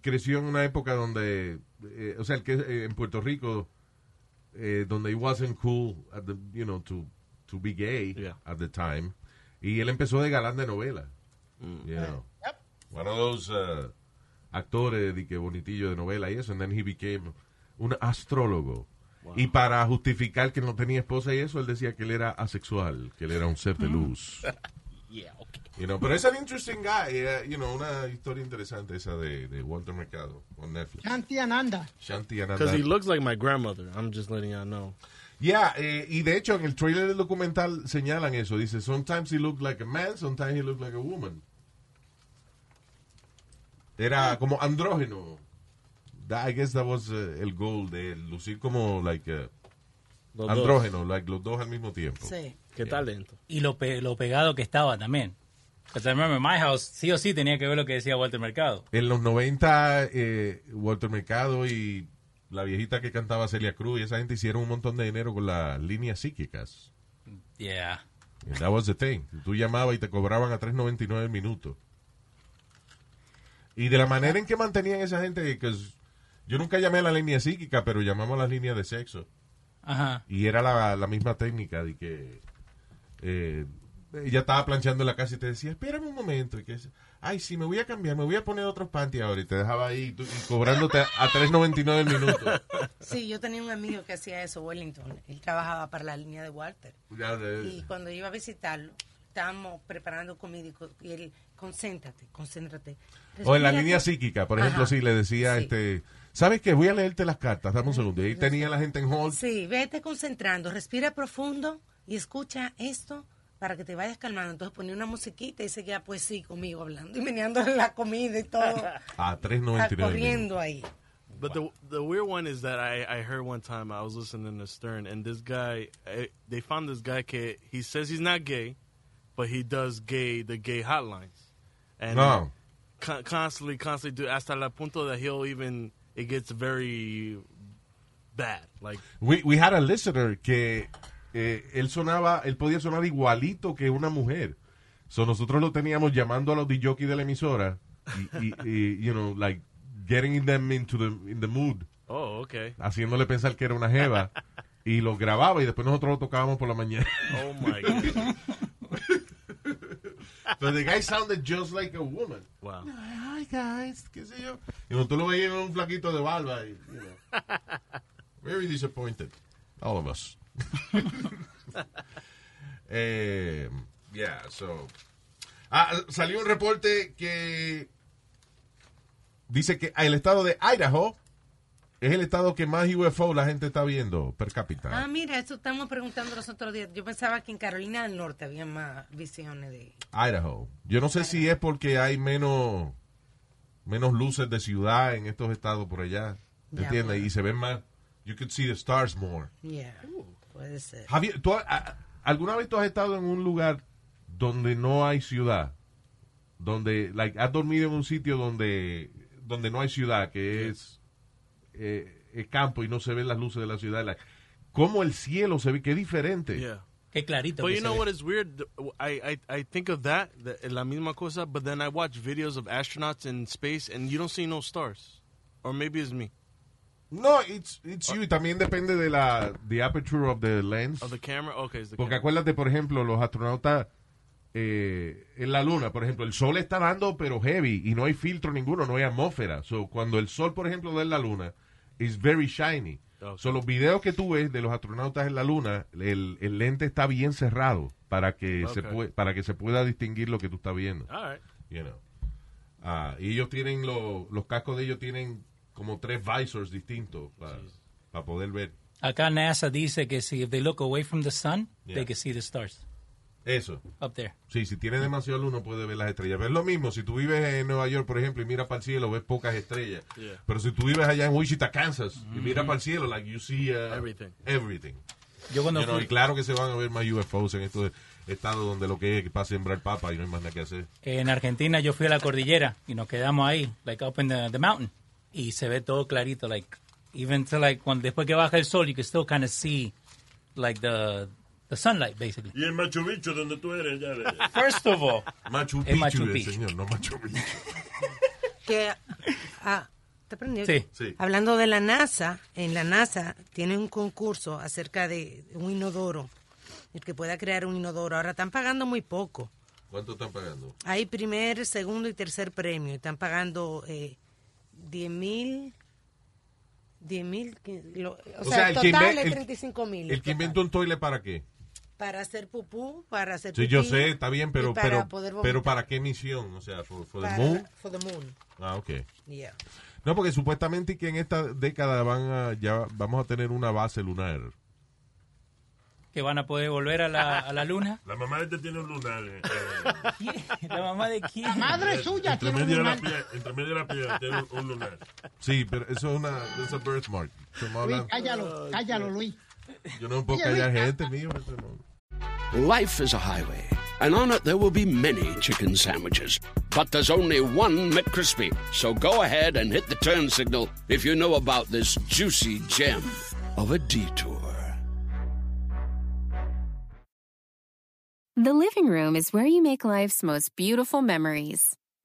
creció en una época donde, eh, o sea, el que eh, en Puerto Rico, eh, donde it wasn't cool, at the, you know, to, to be gay Yeah. at the time, y él empezó de galán de novela, you know, one of those uh, actores de que bonitillo de novela y eso, and then he became un astrólogo. Y para justificar que no tenía esposa y eso, él decía que él era asexual, que él era un Mm. ser de luz. Yeah, okay. You know, pero es un interesting guy, eh, you know, una historia interesante esa de, de Walter Mercado on Netflix. Shanti Ananda. Shanti Because Ananda. he looks like my grandmother. I'm just letting y'all know. Yeah, eh, y de hecho en el trailer del documental señalan eso. Dice, sometimes he looked like a man, sometimes he looked like a woman. Era como andrógeno. That- I guess that was eh, el goal de él, lucir como like eh, Los dos. andrógeno, like los dos al mismo tiempo. Sí. Qué talento. Y lo, pe- lo pegado que estaba también. Because I remember my house, sí o sí tenía que ver lo que decía Walter Mercado. En los 90, eh, Walter Mercado y la viejita que cantaba Celia Cruz y esa gente hicieron un montón de dinero con las líneas psíquicas. Yeah. And that was the thing. Tú llamabas y te cobraban a 3.99 el minuto. Y de la manera en que mantenían esa gente, because yo nunca llamé a la línea psíquica, pero llamamos a las líneas de sexo. Ajá. Y era la, la misma técnica de que eh, ella estaba planchando en la casa y te decía, espérame un momento. Y que, es- Ay, sí, me voy a cambiar, me voy a poner otros panties ahora. Y te dejaba ahí tú- y cobrándote a 3.99 el minuto. Sí, yo tenía un amigo que hacía eso, Wellington. Él trabajaba para la línea de Walter. Ya Y de- cuando iba a visitarlo, estábamos preparando comida y co- y él, concéntrate, concéntrate. o en la Respira línea con- psíquica, por ejemplo, Pues Ajá. si le decía, Sí. este, ¿sabes qué? Voy a leerte las cartas, dame un segundo. Y ahí tenía la gente en hold. Sí, vete concentrando, respira profundo y escucha esto para que te vayas calmando. Entonces ponía una musiquita y seguía pues sí conmigo hablando y meneando la comida (laughs) y todo. A ah, 3.99. el minuto. corriendo ahí. But the the weird one is that I, I heard one time I was listening to Stern and this guy I, they found this guy kid he says he's not gay, but he does gay the gay hotlines, and No. con- constantly constantly do hasta la punto that he'll even it gets very bad like We, we had a listener que eh, él sonaba, él podía sonar igualito que una mujer. So nosotros lo teníamos llamando a los DJ de la emisora y, y- y, you know, like getting them into the, in the mood, oh okay haciéndole pensar que era (laughs) una jeva y lo grababa y después nosotros lo tocábamos por la mañana. oh my god But the guy sounded just like a woman. wow Hi guys, qué sé yo. Y cuando tú lo veías en un flaquito de barba y, you know. Very disappointed. All of (laughs) us. Eh, yeah, so. Ah, salió un reporte que dice que el estado de Idaho es el estado que más UFO la gente está viendo per cápita. Ah, mira, eso estamos preguntando los otros días. Yo pensaba que en Carolina del Norte había más visiones de... Idaho. Yo no sé si es porque hay menos menos luces de ciudad en estos estados por allá, Ya, ¿entiendes? bueno. Y se ven más. You could see the stars more. Yeah, puede ser. Have you- ¿tú ha- a- ¿Alguna vez tú has estado en un lugar donde no hay ciudad? Donde, like, has dormido en un sitio donde, donde no hay ciudad, que es eh, el campo y no se ven las luces de la ciudad. Like, ¿Cómo el cielo se ve? Qué diferente. yeah. Qué clarito. But que you se know ve. what is weird? I, I, I think of that, the, la misma cosa, but then I watch videos of astronauts in space and you don't see no stars. Or maybe it's me. No, it's, it's you. También depende de la the aperture of the lens. Of the camera? Okay, it's the Porque camera. acuérdate, por ejemplo, los astronautas eh, en la luna, por ejemplo, el sol está dando, pero heavy, y no hay filtro ninguno, no hay atmósfera. So, cuando el sol, por ejemplo, da en la luna, es very shiny. Ok. So, los videos que tú ves de los astronautas en la luna, el, el lente está bien cerrado para que, se Ok. pue- para que se pueda distinguir lo que tú estás viendo. All right. You know. Ah, y ellos tienen, lo- los cascos de ellos tienen como tres visors distintos para poder ver Acá NASA dice que si if they look away from the sun, Yeah. they can see the stars eso. up there. Sí, si tienes demasiado luz no puedes ver las estrellas. Pero es lo mismo, si tú vives en Nueva York, por ejemplo, y miras para el cielo, ves pocas estrellas. Yeah. Mm-hmm. Pero si tú vives allá en Wichita, Kansas, y miras para el cielo, like you see uh, Everything. everything. Yo cuando You know, fui- y claro que se van a ver más UFOs en estos estados donde lo que es que pasa sembrar papa y no hay más nada que hacer. En Argentina yo fui a la cordillera y nos quedamos ahí, like up in the, the mountain, y se ve todo clarito, like even to like cuando después que baja el sol, you can still kind of see like the the sunlight basically. Y en Machu Picchu, donde tú eres, ya de- (laughs) First of all, Machu Es Picchu, Machu el Picchu. señor, no Machu Picchu. que ah, te prendió. Sí. Sí. Hablando de la NASA, en la NASA tienen un concurso acerca de un inodoro, el que pueda crear un inodoro. Ahora están pagando muy poco. ¿Cuánto están pagando? Hay primer, segundo y tercer premio. Están pagando eh, 10 mil. 10 mil. que lo- O, sea, el que total inve- es el- 35 mil. El que inventó un toile para qué? Para hacer pupú, para hacer. Sí, yo pipí sé, está bien, pero y para pero, poder pero vomitar. para qué misión? O sea, for, for the Para- moon? for the moon, Ah, okay. yeah. No, porque supuestamente que en esta década van a, ya vamos a tener una base lunar. que van a poder volver a la, a la luna. La mamá de este tiene un lunar. eh, La mamá de quién? Madre suya, entre, tiene un medio de la lunar. piedra, entre medio de la piedra tiene un, un lunar. Sí, pero eso es una es a birthmark. Estamos Luis, hablando- cállalo, cállalo, Luis. yo no puedo Oye, Luis, callar ah, gente, mío. eso no. Life is a highway, and on it there will be many chicken sandwiches. But there's only one McCrispy. So go ahead and hit the turn signal if you know about this juicy gem of a detour. The living room is where you make life's most beautiful memories.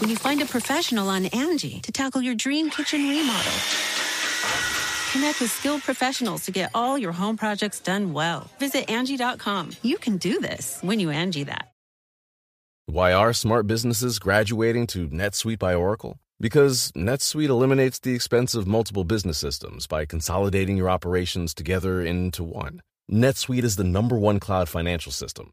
When you find a professional on Angie to tackle your dream kitchen remodel, connect with skilled professionals to get all your home projects done well. Visit Angie.com. You can do this when you Angie that. Why are smart businesses graduating to NetSuite by Oracle? Because NetSuite eliminates the expense of multiple business systems by consolidating your operations together into one. NetSuite is the number one cloud financial system,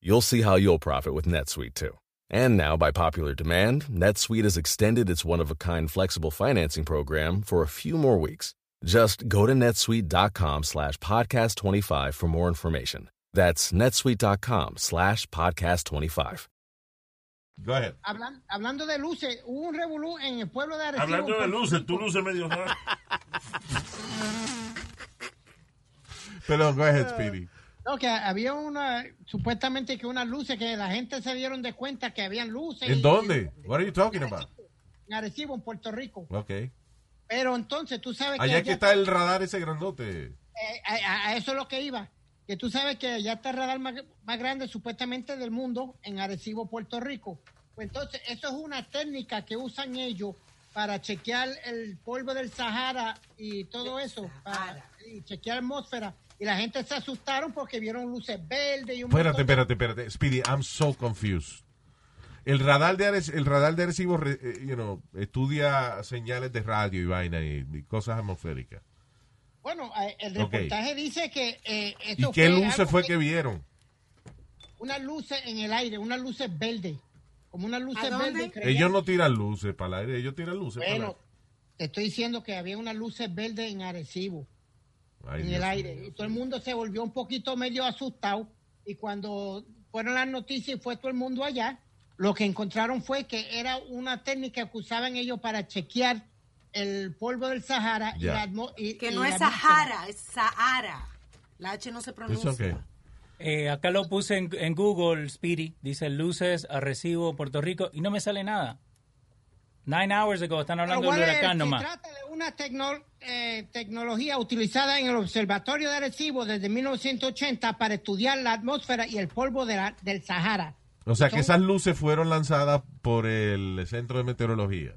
You'll see how you'll profit with NetSuite too. And now, by popular demand, NetSuite has extended its one of a kind flexible financing program for a few more weeks. Just go to netsuite.com slash podcast 25 for more information. That's netsuite.com slash podcast 25. Go ahead. Hablan- hablando de luces, hubo un revolú en el pueblo de Arecibo. pues. Hablando de luces, tú luces medio raro. Perdón, go ahead, Speedy. No, que había una, supuestamente que unas luces que la gente se dieron de cuenta que habían luces. ¿En y- dónde? What are you talking about? En Arecibo, en Puerto Rico. Okay. Pero entonces tú sabes Allá es que allá- está el radar ese grandote. eh, a, a- a eso es lo que iba. Que tú sabes que ya está el radar más, más grande supuestamente del mundo en Arecibo, Puerto Rico. Pues entonces, eso es una técnica que usan ellos para chequear el polvo del Sahara y todo eso, para y chequear atmósfera. Y la gente se asustaron porque vieron luces verdes y un Espérate, montón de- espérate, espérate. Speedy, I'm so confused. El radar de Arecibo, el radar de Arecibo re- eh, you know, estudia señales de radio y vaina y, y cosas atmosféricas. Bueno, eh, el Ok. reportaje dice que eh, ¿Y esto qué fue luces algo fue que- que vieron? unas luces en el aire, unas luces verdes, como unas luces dónde? verdes. creían- Ellos no tiran luces para el aire, ellos tiran luces para Bueno, te estoy diciendo que había unas luces verdes en Arecibo, Ay, en Dios el mío. aire, y todo el mundo se volvió un poquito medio asustado. Y cuando fueron las noticias y fue todo el mundo allá, lo que encontraron fue que era una técnica que usaban ellos para chequear el polvo del Sahara y Ya. la atmo- y Que y no la es atmósfera. Sahara, es Sahara. La H no se pronuncia. It's okay. Eh, acá lo puse en, en Google, Speedy. Dice luces, Arrecibo, Puerto Rico. Y no me sale nada. Nine hours ago. Están Pero, hablando del Warner, huracán se nomás. trata de una tecno- eh, tecnología utilizada en el Observatorio de Arecibo desde 1980 para estudiar la atmósfera y el polvo de la- del Sahara. O sea que Son- esas luces fueron lanzadas por el centro de meteorología.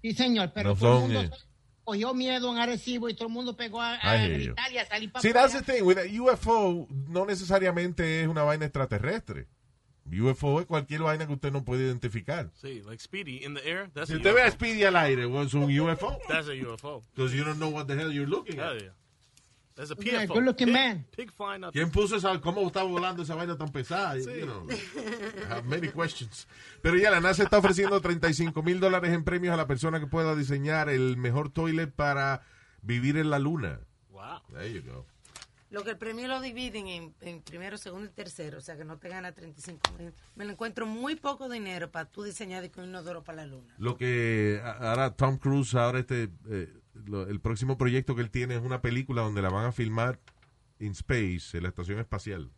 Sí, señor, pero No todo son, el eh. mundo cogió miedo en Arecibo y todo el mundo pegó a, a I hear you. gritar y a salir para Sí, that's the thing. With a UFO no necesariamente es una vaina extraterrestre. UFO es cualquier vaina que usted no puede identificar. See, like Speedy in the air. That's Si a usted ve a UFO. Speedy al aire, well, es un UFO. That's a UFO. Because you don't know what the hell you're looking Hell at. yeah. That's a Yeah, PFO. good-looking pig, man. Pig flying up. ¿Quién puso esa, cómo estaba volando esa vaina tan pesada? You know, I have many questions. Pero ya la NASA está ofreciendo 35 mil dólares en premios a la persona que pueda diseñar el mejor toilet para vivir en la luna. Wow. There you go. Lo que el premio lo dividen en, en primero, segundo y tercero, o sea que no te gana 35 mil. Me lo encuentro muy poco dinero para tú diseñar de que un inodoro para la luna. Lo que a- ahora Tom Cruise, ahora este, eh, lo- el próximo proyecto que él tiene es una película donde la van a filmar in space, en la estación espacial.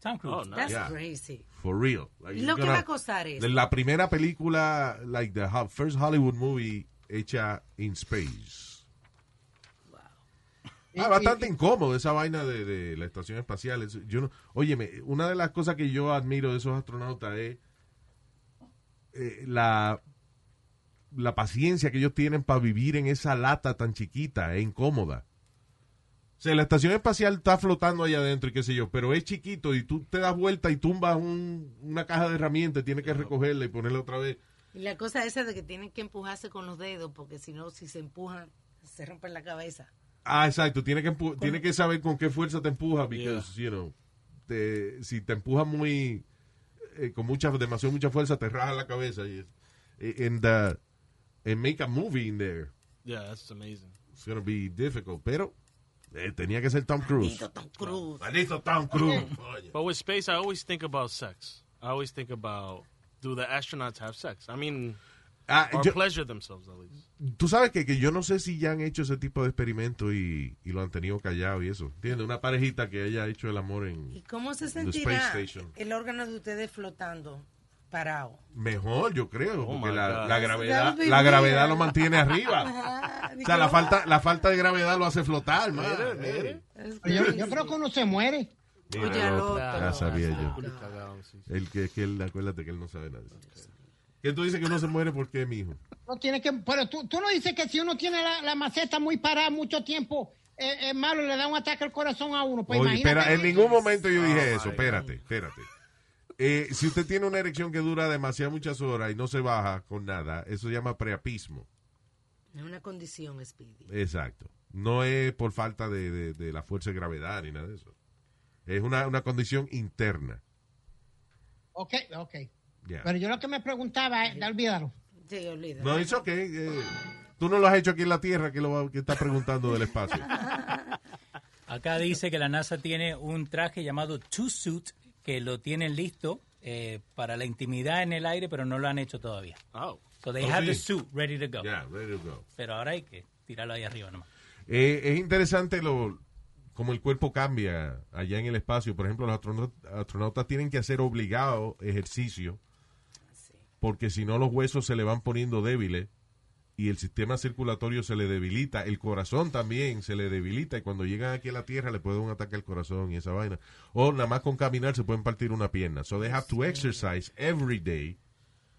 Tom Cruise. Oh, nice. That's Yeah. crazy. For real. Like, Lo it's que va a gonna- costar es. de La primera película, like the ho- first Hollywood movie hecha in space. Ah, bastante incómodo esa vaina de, de la estación espacial. Es- Yo no, óyeme, una de las cosas que yo admiro de esos astronautas es eh, la, la paciencia que ellos tienen para vivir en esa lata tan chiquita e incómoda. O sea, la estación espacial está flotando allá adentro y qué sé yo, pero es chiquito y tú te das vuelta y tumbas un- una caja de herramientas, tienes que recogerla y ponerla otra vez. Y la cosa esa de que tienen que empujarse con los dedos, porque si no, si se empujan, se rompen la cabeza. Ah, exacto. Tiene que, empu- tiene que saber con qué fuerza te empuja, because, you know, te- si te empuja muy, eh, con mucha, demasiado mucha fuerza, te raja la cabeza. Y, and, uh, and make a movie in there. Yeah, that's amazing. It's gonna be difficult, pero eh, tenía que ser Tom Cruise. Maldito Tom Cruise. Maldito Tom (laughs) Cruise. coño. But with space, I always think about sex. I always think about do the astronauts have sex? I mean, Ah, or yo- pleasure themselves at least. Tú sabes que, que yo no sé si ya han hecho ese tipo de experimento y, y lo han tenido callado y eso. ¿Entiendes? Una parejita que haya hecho el amor ¿Y en... cómo The se Space sentirá Station. el órgano de ustedes flotando, parado? Mejor, yo creo, Oh, porque my la, God. la gravedad, That would be la gravedad weird. lo mantiene (laughs) arriba. Ajá, O sea, la digo, falta, la falta de gravedad lo hace flotar, man. es Yo, crazy. yo creo que uno se muere. Mira, Oye, al otro. Ya sabía yo. Culo cagado, sí. El que, que él, acuérdate que él no sabe nada. Que tú dices que uno se muere porque, mijo. Uno tiene que, pero tú, tú no dices que si uno tiene la, la maceta muy parada mucho tiempo, eh, es malo, le da un ataque al corazón a uno. Pues Oye, imagínate. Ah, espera, en ningún momento yo Oh, dije my eso. God. Espérate, espérate. Eh, si usted tiene una erección que dura demasiadas muchas horas y no se baja con nada, eso se llama preapismo. Es una condición, Speedy. Exacto. No es por falta de, de- de la fuerza de gravedad ni nada de eso. Es una, una condición interna. Ok, ok. Ya. Pero yo lo que me preguntaba, es, ya olvídalo. Sí, olvídalo. No, eso que tú no lo has hecho aquí en la Tierra, que lo va- que estás preguntando del espacio. Acá dice que la NASA tiene un traje llamado Two-Suit que lo tienen listo eh, para la intimidad en el aire, pero no lo han hecho todavía. Oh. So they Oh, have the sí. suit ready to go. Ya, there you go. Pero ahora hay que tirarlo ahí arriba nomás. Eh, es interesante lo como el cuerpo cambia allá en el espacio. Por ejemplo, los astronautas, astronautas tienen que hacer obligado ejercicio porque si no los huesos se le van poniendo débiles y el sistema circulatorio se le debilita, el corazón también se le debilita y cuando llegan aquí a la Tierra le puede dar un ataque al corazón y esa vaina. O nada más con caminar se pueden partir una pierna. So they have to exercise every day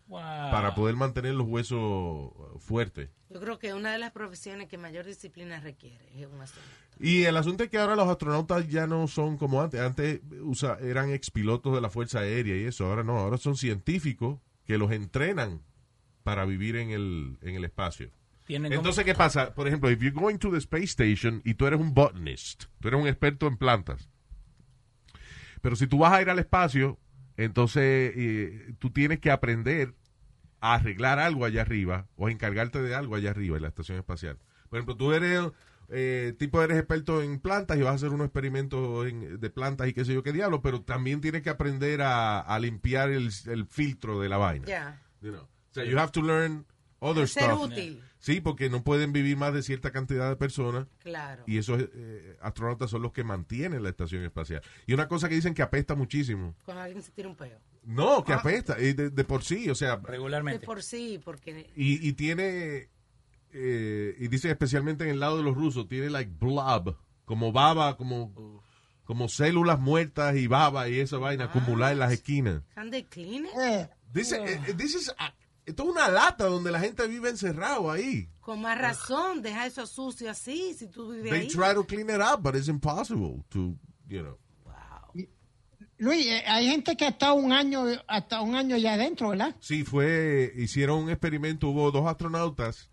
Wow. Ah. para poder mantener los huesos eh, fuertes. Yo creo que una de las profesiones que mayor disciplina requiere es un astronauta. Y el asunto es que ahora los astronautas ya no son como antes. Antes usa- eran expilotos de la Fuerza Aérea y eso. Ahora no. Ahora son científicos que los entrenan para vivir en el, en el espacio. Tienen como- Entonces, ¿qué pasa? Por ejemplo, if you're going to the space station y tú eres un botanist, tú eres un experto en plantas. Pero si tú vas a ir al espacio, entonces eh, tú tienes que aprender a arreglar algo allá arriba o a encargarte de algo allá arriba en la estación espacial. Por ejemplo, tú eres eh, tipo eres experto en plantas y vas a hacer unos experimentos en- de plantas y qué sé yo qué diablo, pero también tienes que aprender a, a limpiar el, el filtro de la vaina. Yeah. You know. O sea, you have to learn other Ser stuff. útil. Sí, porque no pueden vivir más de cierta cantidad de personas. Claro. Y esos eh, astronautas son los que mantienen la estación espacial. Y una cosa que dicen que apesta muchísimo. Cuando alguien se tira un peo. No, Ah. que apesta, eh, de, de por sí, o sea. De Regularmente. por sí, porque Y, y tiene, eh, y dicen especialmente en el lado de los rusos, tiene like blob, como baba, como, como células muertas y baba y esa vaina acumulada en las esquinas. ¿Can they clean it? Dice, eh, eh, this is a- esto es una lata donde la gente vive encerrado ahí. Con más razón, deja eso sucio así si tú vives They ahí. try to clean it up, but it's impossible to, you know. Luis, eh, hay gente que hasta un año, hasta un año ya adentro, ¿verdad? Sí, fue, hicieron un experimento, hubo dos astronautas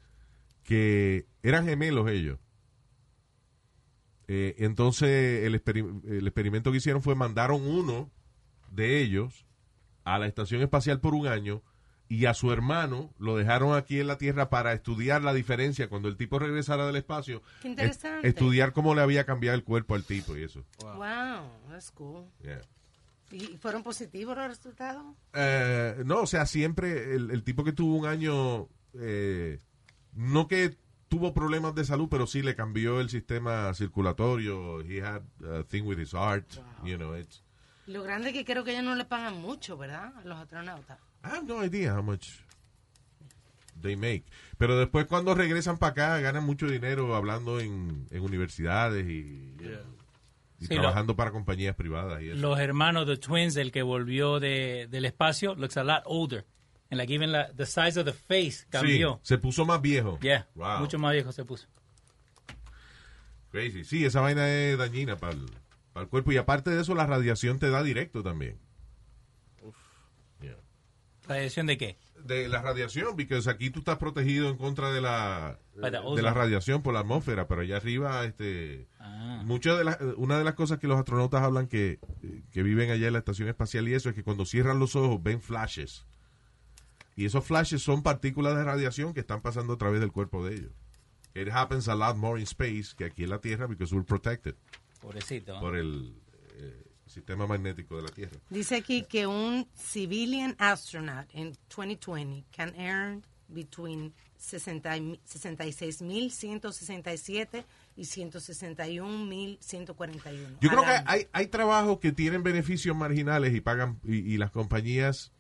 que eran gemelos ellos. Eh, entonces, el, experi- el experimento que hicieron fue mandaron uno de ellos a la estación espacial por un año y a su hermano lo dejaron aquí en la Tierra para estudiar la diferencia cuando el tipo regresara del espacio. Qué interesante. es- estudiar cómo le había cambiado el cuerpo al tipo y eso. Wow. that's cool. Yeah. ¿Y fueron positivos los resultados? Eh, no, o sea, siempre el, el tipo que tuvo un año, eh, no que tuvo problemas de salud, pero sí le cambió el sistema circulatorio. He had a thing with his heart, you know. It's, Lo grande es que creo que ellos no le pagan mucho, ¿verdad? A los astronautas. I have no idea how much they make. Pero después cuando regresan para acá ganan mucho dinero hablando en, en universidades y, y Sí, lo- trabajando para compañías privadas. Y eso. Los hermanos, the twins, el que volvió de, del espacio, looks a lot older. And like even la, the size of the face Sí, cambió. se puso más viejo. Yeah, Wow. mucho más viejo se puso. Crazy. Sí, esa vaina es dañina para el, cuerpo. Y aparte de eso, la radiación te da directo también. ¿Radiación de qué? De la radiación, porque aquí tú estás protegido en contra de la, By the de la ozone. radiación por la atmósfera, pero allá arriba, este, Ah. muchas de las- una de las cosas que los astronautas hablan que, que viven allá en la estación espacial y eso es que cuando cierran los ojos ven flashes. Y esos flashes son partículas de radiación que están pasando a través del cuerpo de ellos. It happens a lot more in space que aquí en la Tierra because we're protected. Pobrecito. por el eh, sistema magnético de la Tierra. Dice aquí que un civilian astronaut in 2020 can earn between 60 y- 66.167 y 161.141. Yo creo al que año. hay, hay trabajos que tienen beneficios marginales y pagan y, y las compañías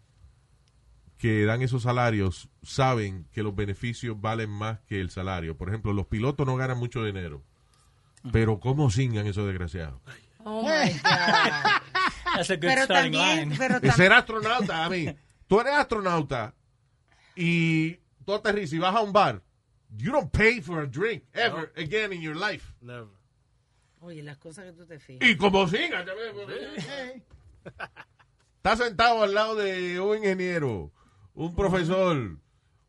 que dan esos salarios saben que los beneficios valen más que el salario. Por ejemplo, los pilotos no ganan mucho dinero, pero cómo singan esos desgraciados. Oh my God. Ah, That's a good pero starting también, line. pero De también. ser astronauta, a mí, tú eres astronauta y tú aterrizas y vas a un bar. You don't pay for a drink ever again in your life. Never. Oye, las cosas que tú te fijas. Y como sigan, pues, ya ves, porque- está sentado al lado de un ingeniero, un profesor,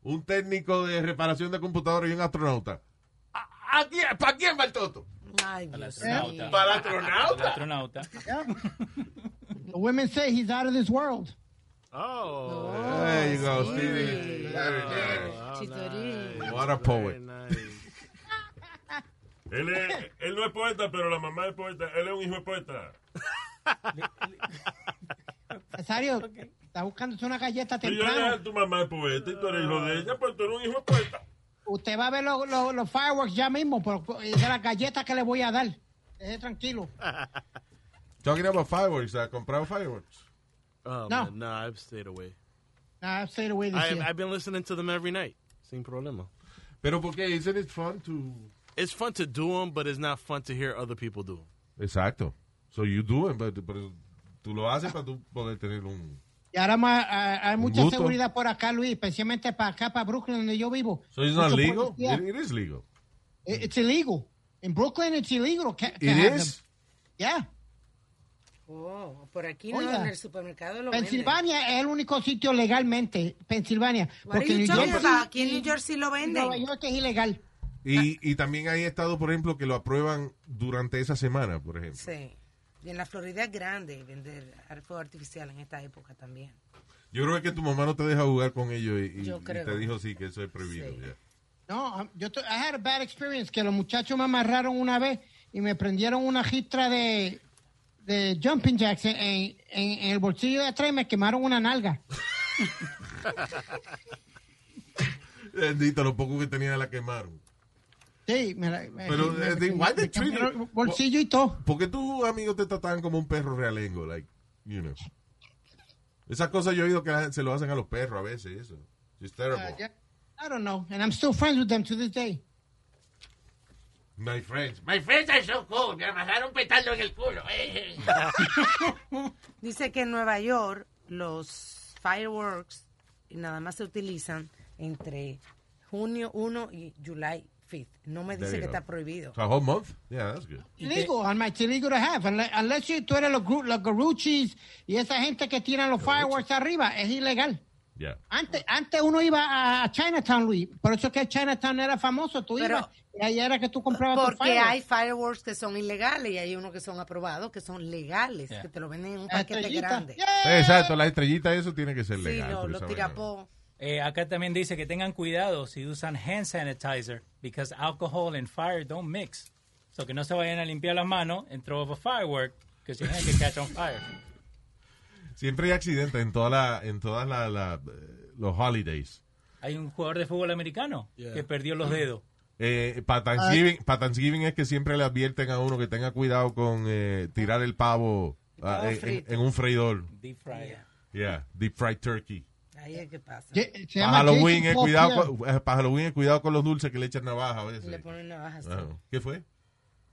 un técnico de reparación de computadora y un astronauta. (laughs) ¿A, a quién, ¿Para quién va el toto? Ay, Dios astronauta. mío. ¿Para el astronauta? Astronauta. The women say he's out of this world. Oh. There you go, sí. Stevie. Very nice. Chitorín. What a poet. (laughs) Él, es- él no es poeta, pero la mamá es poeta. Él es un hijo de poeta. Nazario, está buscándose una galleta Y yo le temprano. tu mamá es poeta y tú eres hijo de ella, pues tú eres un hijo de poeta. Usted va a ver los los- los fireworks ya mismo, pero es de las galletas que le voy a dar. Deje tranquilo. Talking about fireworks, ¿has comprado fireworks? Oh, No. man, nah, I've stayed away. Ah, Nah, I've stayed away this I, year. I've been listening to them every night. Sin problema. Pero porque isn't it fun to... It's fun to do them, but it's not fun to hear other people do 'em. Exacto. So you do it, but, pero tú lo haces para tú poder tener un... Y ahora más, ah, hay mucha gusto. seguridad por acá, Luis, especialmente para acá, para Brooklyn, donde yo vivo. So it's not Mucho legal? policía. Eh, It, it is legal. It- It's illegal. In Brooklyn, it's illegal. to ca- to It have is? them. Yeah. Oh, por aquí no, Oiga. en el supermercado lo Pensilvania es el único sitio legalmente, Pensilvania. What Porque are you New talking Jersey, about? Aquí en New Jersey lo venden. Nueva York es ilegal. Y, y también hay estados, por ejemplo, que lo aprueban durante esa semana, por ejemplo. Sí. Y en la Florida es grande vender ar- fuego artificial en esta (laughs) época también. Yo creo que tu mamá no te deja jugar con ellos y, y- Yo y creo. te dijo sí, que eso es prohibido. ya. No, um, yo tu- I had a bad experience que los muchachos me amarraron una vez y me prendieron una gistra de, de jumping jacks en, en- en el bolsillo de atrás y me quemaron una nalga. (laughs) Bendito, lo poco que tenía la quemaron. Sí, me la- me- Pero, me- eh, me- why they me treat cambiaron you- el bolsillo y todo. ¿Por qué tus amigos te trataban como un perro realengo? Like, you know. Esas cosas yo he oído que la- se lo hacen a los perros a veces, eso. It's terrible. Uh, yeah. I don't know, and I'm still friends with them to this day. My friends. My friends are so cool. Me amarraron petardo en el culo. Eh, eh. Dice que en Nueva York los fireworks nada más se utilizan entre junio 1 y July 5th. No me dice There que you go. está prohibido. So a whole month? Yeah, that's good. Illegal, alma, it's illegal to have. Unless, unless you, tú eres los, gru- los Garuchis y esa gente que tiran los fireworks arriba, es ilegal. Yeah. Antes, antes uno iba a- a Chinatown, Luis. Por eso es que Chinatown era famoso. Tú Pero- ibas y ahí era que tú comprabas tus Porque fireworks. hay fireworks que son ilegales y hay unos que son aprobados, que son legales, que te lo venden en un paquete Estrellita. grande. Exacto, la estrellita, eso tiene que ser eh. Sí, legal. lo, por lo esa vaina. tirapó. Eh, acá también dice que tengan cuidado si usan hand sanitizer because alcohol and fire don't mix. So que no se vayan a limpiar las manos and throw off a firework because your hand can catch on fire. Siempre hay accidentes en todas la, en todas la, la- eh, los holidays. Hay un jugador de fútbol americano que perdió los dedos. Eh, para, Thanksgiving, pa' Thanksgiving es que siempre le advierten a uno que tenga cuidado con eh, tirar el pavo ah, en- Todo en, frito. en un freidor. Deep fry. Yeah, deep fried turkey. Ahí es que pasa. Ye- se Para llama Halloween, Jason eh, Paul Pierre. cuidado con, eh, pa' Halloween, eh, cuidado con los dulces que le echan navaja a veces. Le ponen navajas. Ah, ¿Qué fue?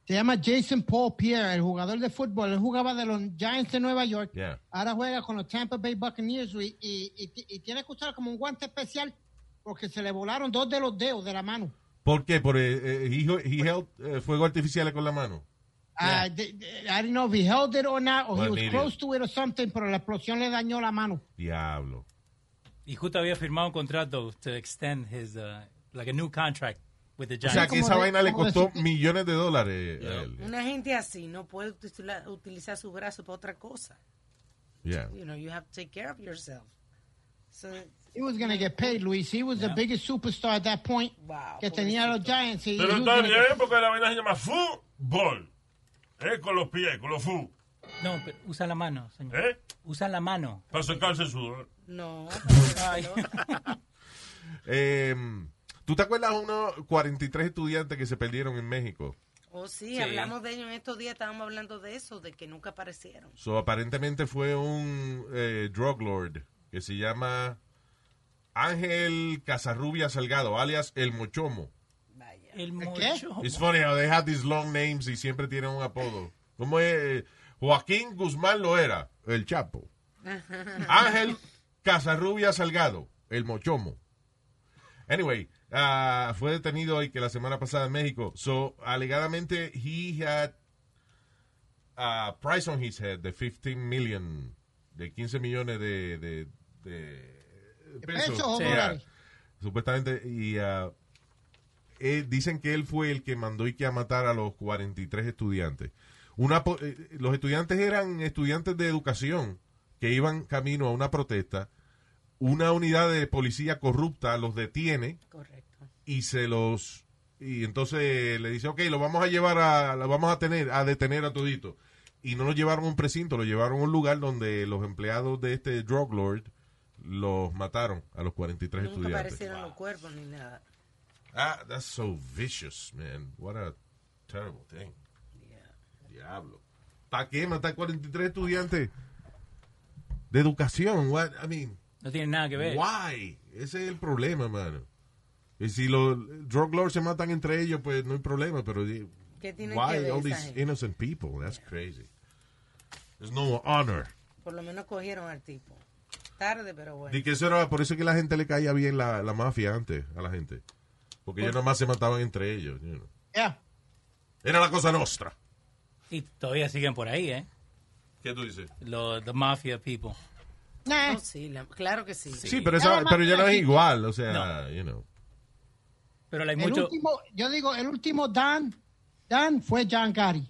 Se llama Jason Paul Pierre, el jugador de fútbol. Él jugaba de los Giants de Nueva York. Yeah. Ahora juega con los Tampa Bay Buccaneers Luis, y, y, y, tiene que usar como un guante especial porque se le volaron dos de los dedos de la mano. ¿Por qué? Por, eh, eh, he, he held eh, fuego artificial con la mano. Ah, de- de- I don't know if he held it or not, or Well, he was maybe. close to it or something, pero la explosión le dañó la mano. Diablo. Y justo había firmado un contrato to extend his, uh, like a new contract with the O Giants. sea, que esa de- vaina le como de costó sushi. millones de dólares a él. Una gente así no puede utila- utilizar su brazo para otra cosa. Yeah. You know, you have to take care of yourself. So, He was going to get paid, Luis. He was the biggest superstar at that point wow. que tenía los Giants. y- Pero he was está gonna bien, get- porque la vaina se llama fútbol. Es con los pies, con los fu. No, pero usa la mano, señor. ¿Eh? Usa la mano. Para sacarse el sudor. No. Ay. Eh, ¿Tú te acuerdas de unos 43 estudiantes que se perdieron en México? Oh, sí, Sí. hablamos de ellos en estos días, estábamos hablando de eso, de que nunca aparecieron. So, aparentemente fue un eh, drug lord que se llama Ángel Casarrubia Salgado, alias El Mochomo. Vaya. El ¿Qué? mocho. It's funny how they have these long names y siempre tienen un apodo. ¿Cómo es? Joaquín Guzmán Loera, El Chapo. Ángel Casarrubia Salgado, El Mochomo. Anyway, ah, fue detenido hoy que la semana pasada en México. So, alegadamente, he had a price on his head de 15 million, de 15 millones de, de, de pesos. pesos o Yeah. dólares. Supuestamente, y ah, eh, dicen que él fue el que mandó y que a matar a los 43 estudiantes. Una, po- eh, los estudiantes eran estudiantes de educación que iban camino a una protesta. Una unidad de policía corrupta los detiene Correcto. y se los y entonces le dice ok lo vamos a llevar a lo vamos a tener a detener a todito y no lo llevaron a un precinto lo llevaron a un lugar donde los empleados de este drug lord los mataron a los 43 Nunca estudiantes aparecieron los cuerpos ni nada. ah that's so vicious man what a terrible thing Yeah. diablo ¿para qué matar 43 estudiantes de educación what I mean No tiene nada que ver. Why? Ese es el problema, mano. Y si los drug lords se matan entre ellos, pues no hay problema, pero di- ¿Qué tiene why que ver all esa these gente? innocent people? That's crazy. There's no honor. Por lo menos cogieron al tipo. Tarde, pero bueno. Y que eso era por eso que la gente le caía bien la, la mafia antes a la gente. Porque ellos nomás se mataban entre ellos. you know. Yeah. Era la cosa nuestra. Y todavía siguen por ahí, ¿eh? ¿Qué tú dices? Lo, the mafia people. No, sí, la- claro que sí. Sí, pero, eso, pero ya no es (laughs) igual, o sea, you know. Pero like El mucho. último, yo digo, el último Dan, Dan fue John Gary.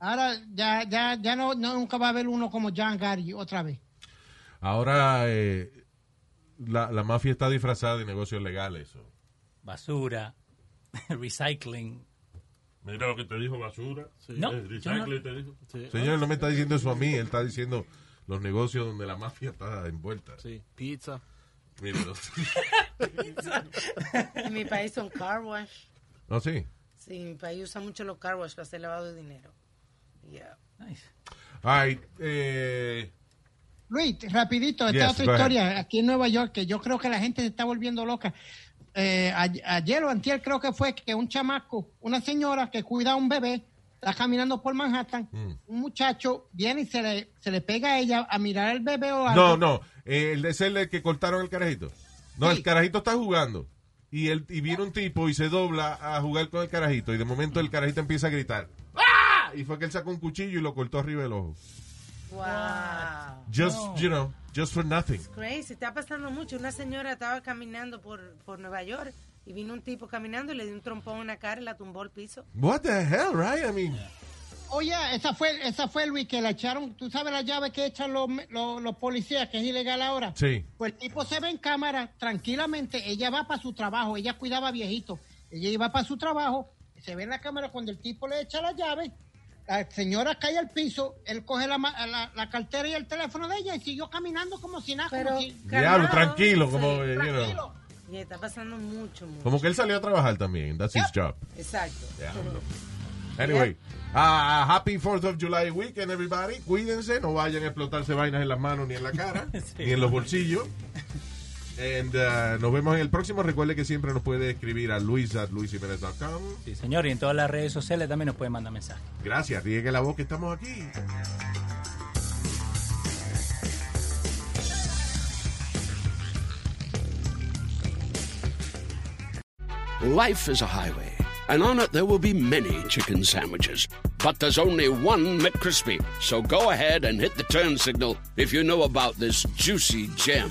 Ahora ya, ya, ya no, no- nunca va a haber uno como John Gary otra vez. Ahora eh, la, la mafia está disfrazada de negocios legales. so. basura, (laughs) recycling. Mira lo que te dijo basura. No, Eh, yo recycle no- te dijo. Señor, no me está diciendo eso a mí, él está diciendo los negocios donde la mafia está envuelta. Sí, pizza. Mira, no, (laughs) En mi país son car wash. No, sí. Sí, en mi país usan mucho los car wash para hacer lavado de dinero. Yeah. All right, eh, Luis, rapidito, esta es Yes, otra go ahead. historia aquí en Nueva York que yo creo que la gente se está volviendo loca. Eh, a- ayer o antier creo que fue que un chamaco, una señora que cuida a un bebé, está caminando por Manhattan, Mm. un muchacho viene y se le, se le pega a ella a mirar al bebé o algo. no, no, eh, el- es el que cortaron el carajito. No, el carajito está jugando. Y, él, y viene un tipo y se dobla a jugar con el carajito. Y de momento el carajito empieza a gritar. ¡Ah! Y fue que él sacó un cuchillo y lo cortó arriba del ojo. Wow. Just, No. you know, just for nothing. Crazy, está pasando mucho. Una señora estaba caminando por, por Nueva York y vino un tipo caminando y le dio un trompón en la cara y la tumbó al piso. What the hell, right? I mean, Oye, esa fue, esa fue Luis que la echaron. ¿Tú sabes la llave que echan los, los, los policías, que es ilegal ahora? Sí. Pues el tipo se ve en cámara tranquilamente. Ella va para su trabajo. Ella cuidaba viejitos. Ella iba para su trabajo. Se ve en la cámara cuando el tipo le echa la llave. La señora cae al piso. Él coge la, ma- la, la cartera y el teléfono de ella y siguió caminando como si nada. como si- diablo, tranquilo, como, eh, you know. Y está pasando mucho, mucho. como que él salió a trabajar también. That's his job. Exacto. Diablo. Anyway, ah, happy 4th of July weekend, everybody. Cuídense, no vayan a explotarse vainas en las manos ni en la cara, ni en los bolsillos. And, ah, nos vemos en el próximo. Recuerde que siempre nos puede escribir a luis at luisjimenez.com. Sí, señor, y en todas las redes sociales también nos pueden mandar mensajes. Gracias, riegue la voz que estamos aquí. Life is a highway, and on it there will be many chicken sandwiches. But there's only one McCrispy. So go ahead and hit the turn signal if you know about this juicy gem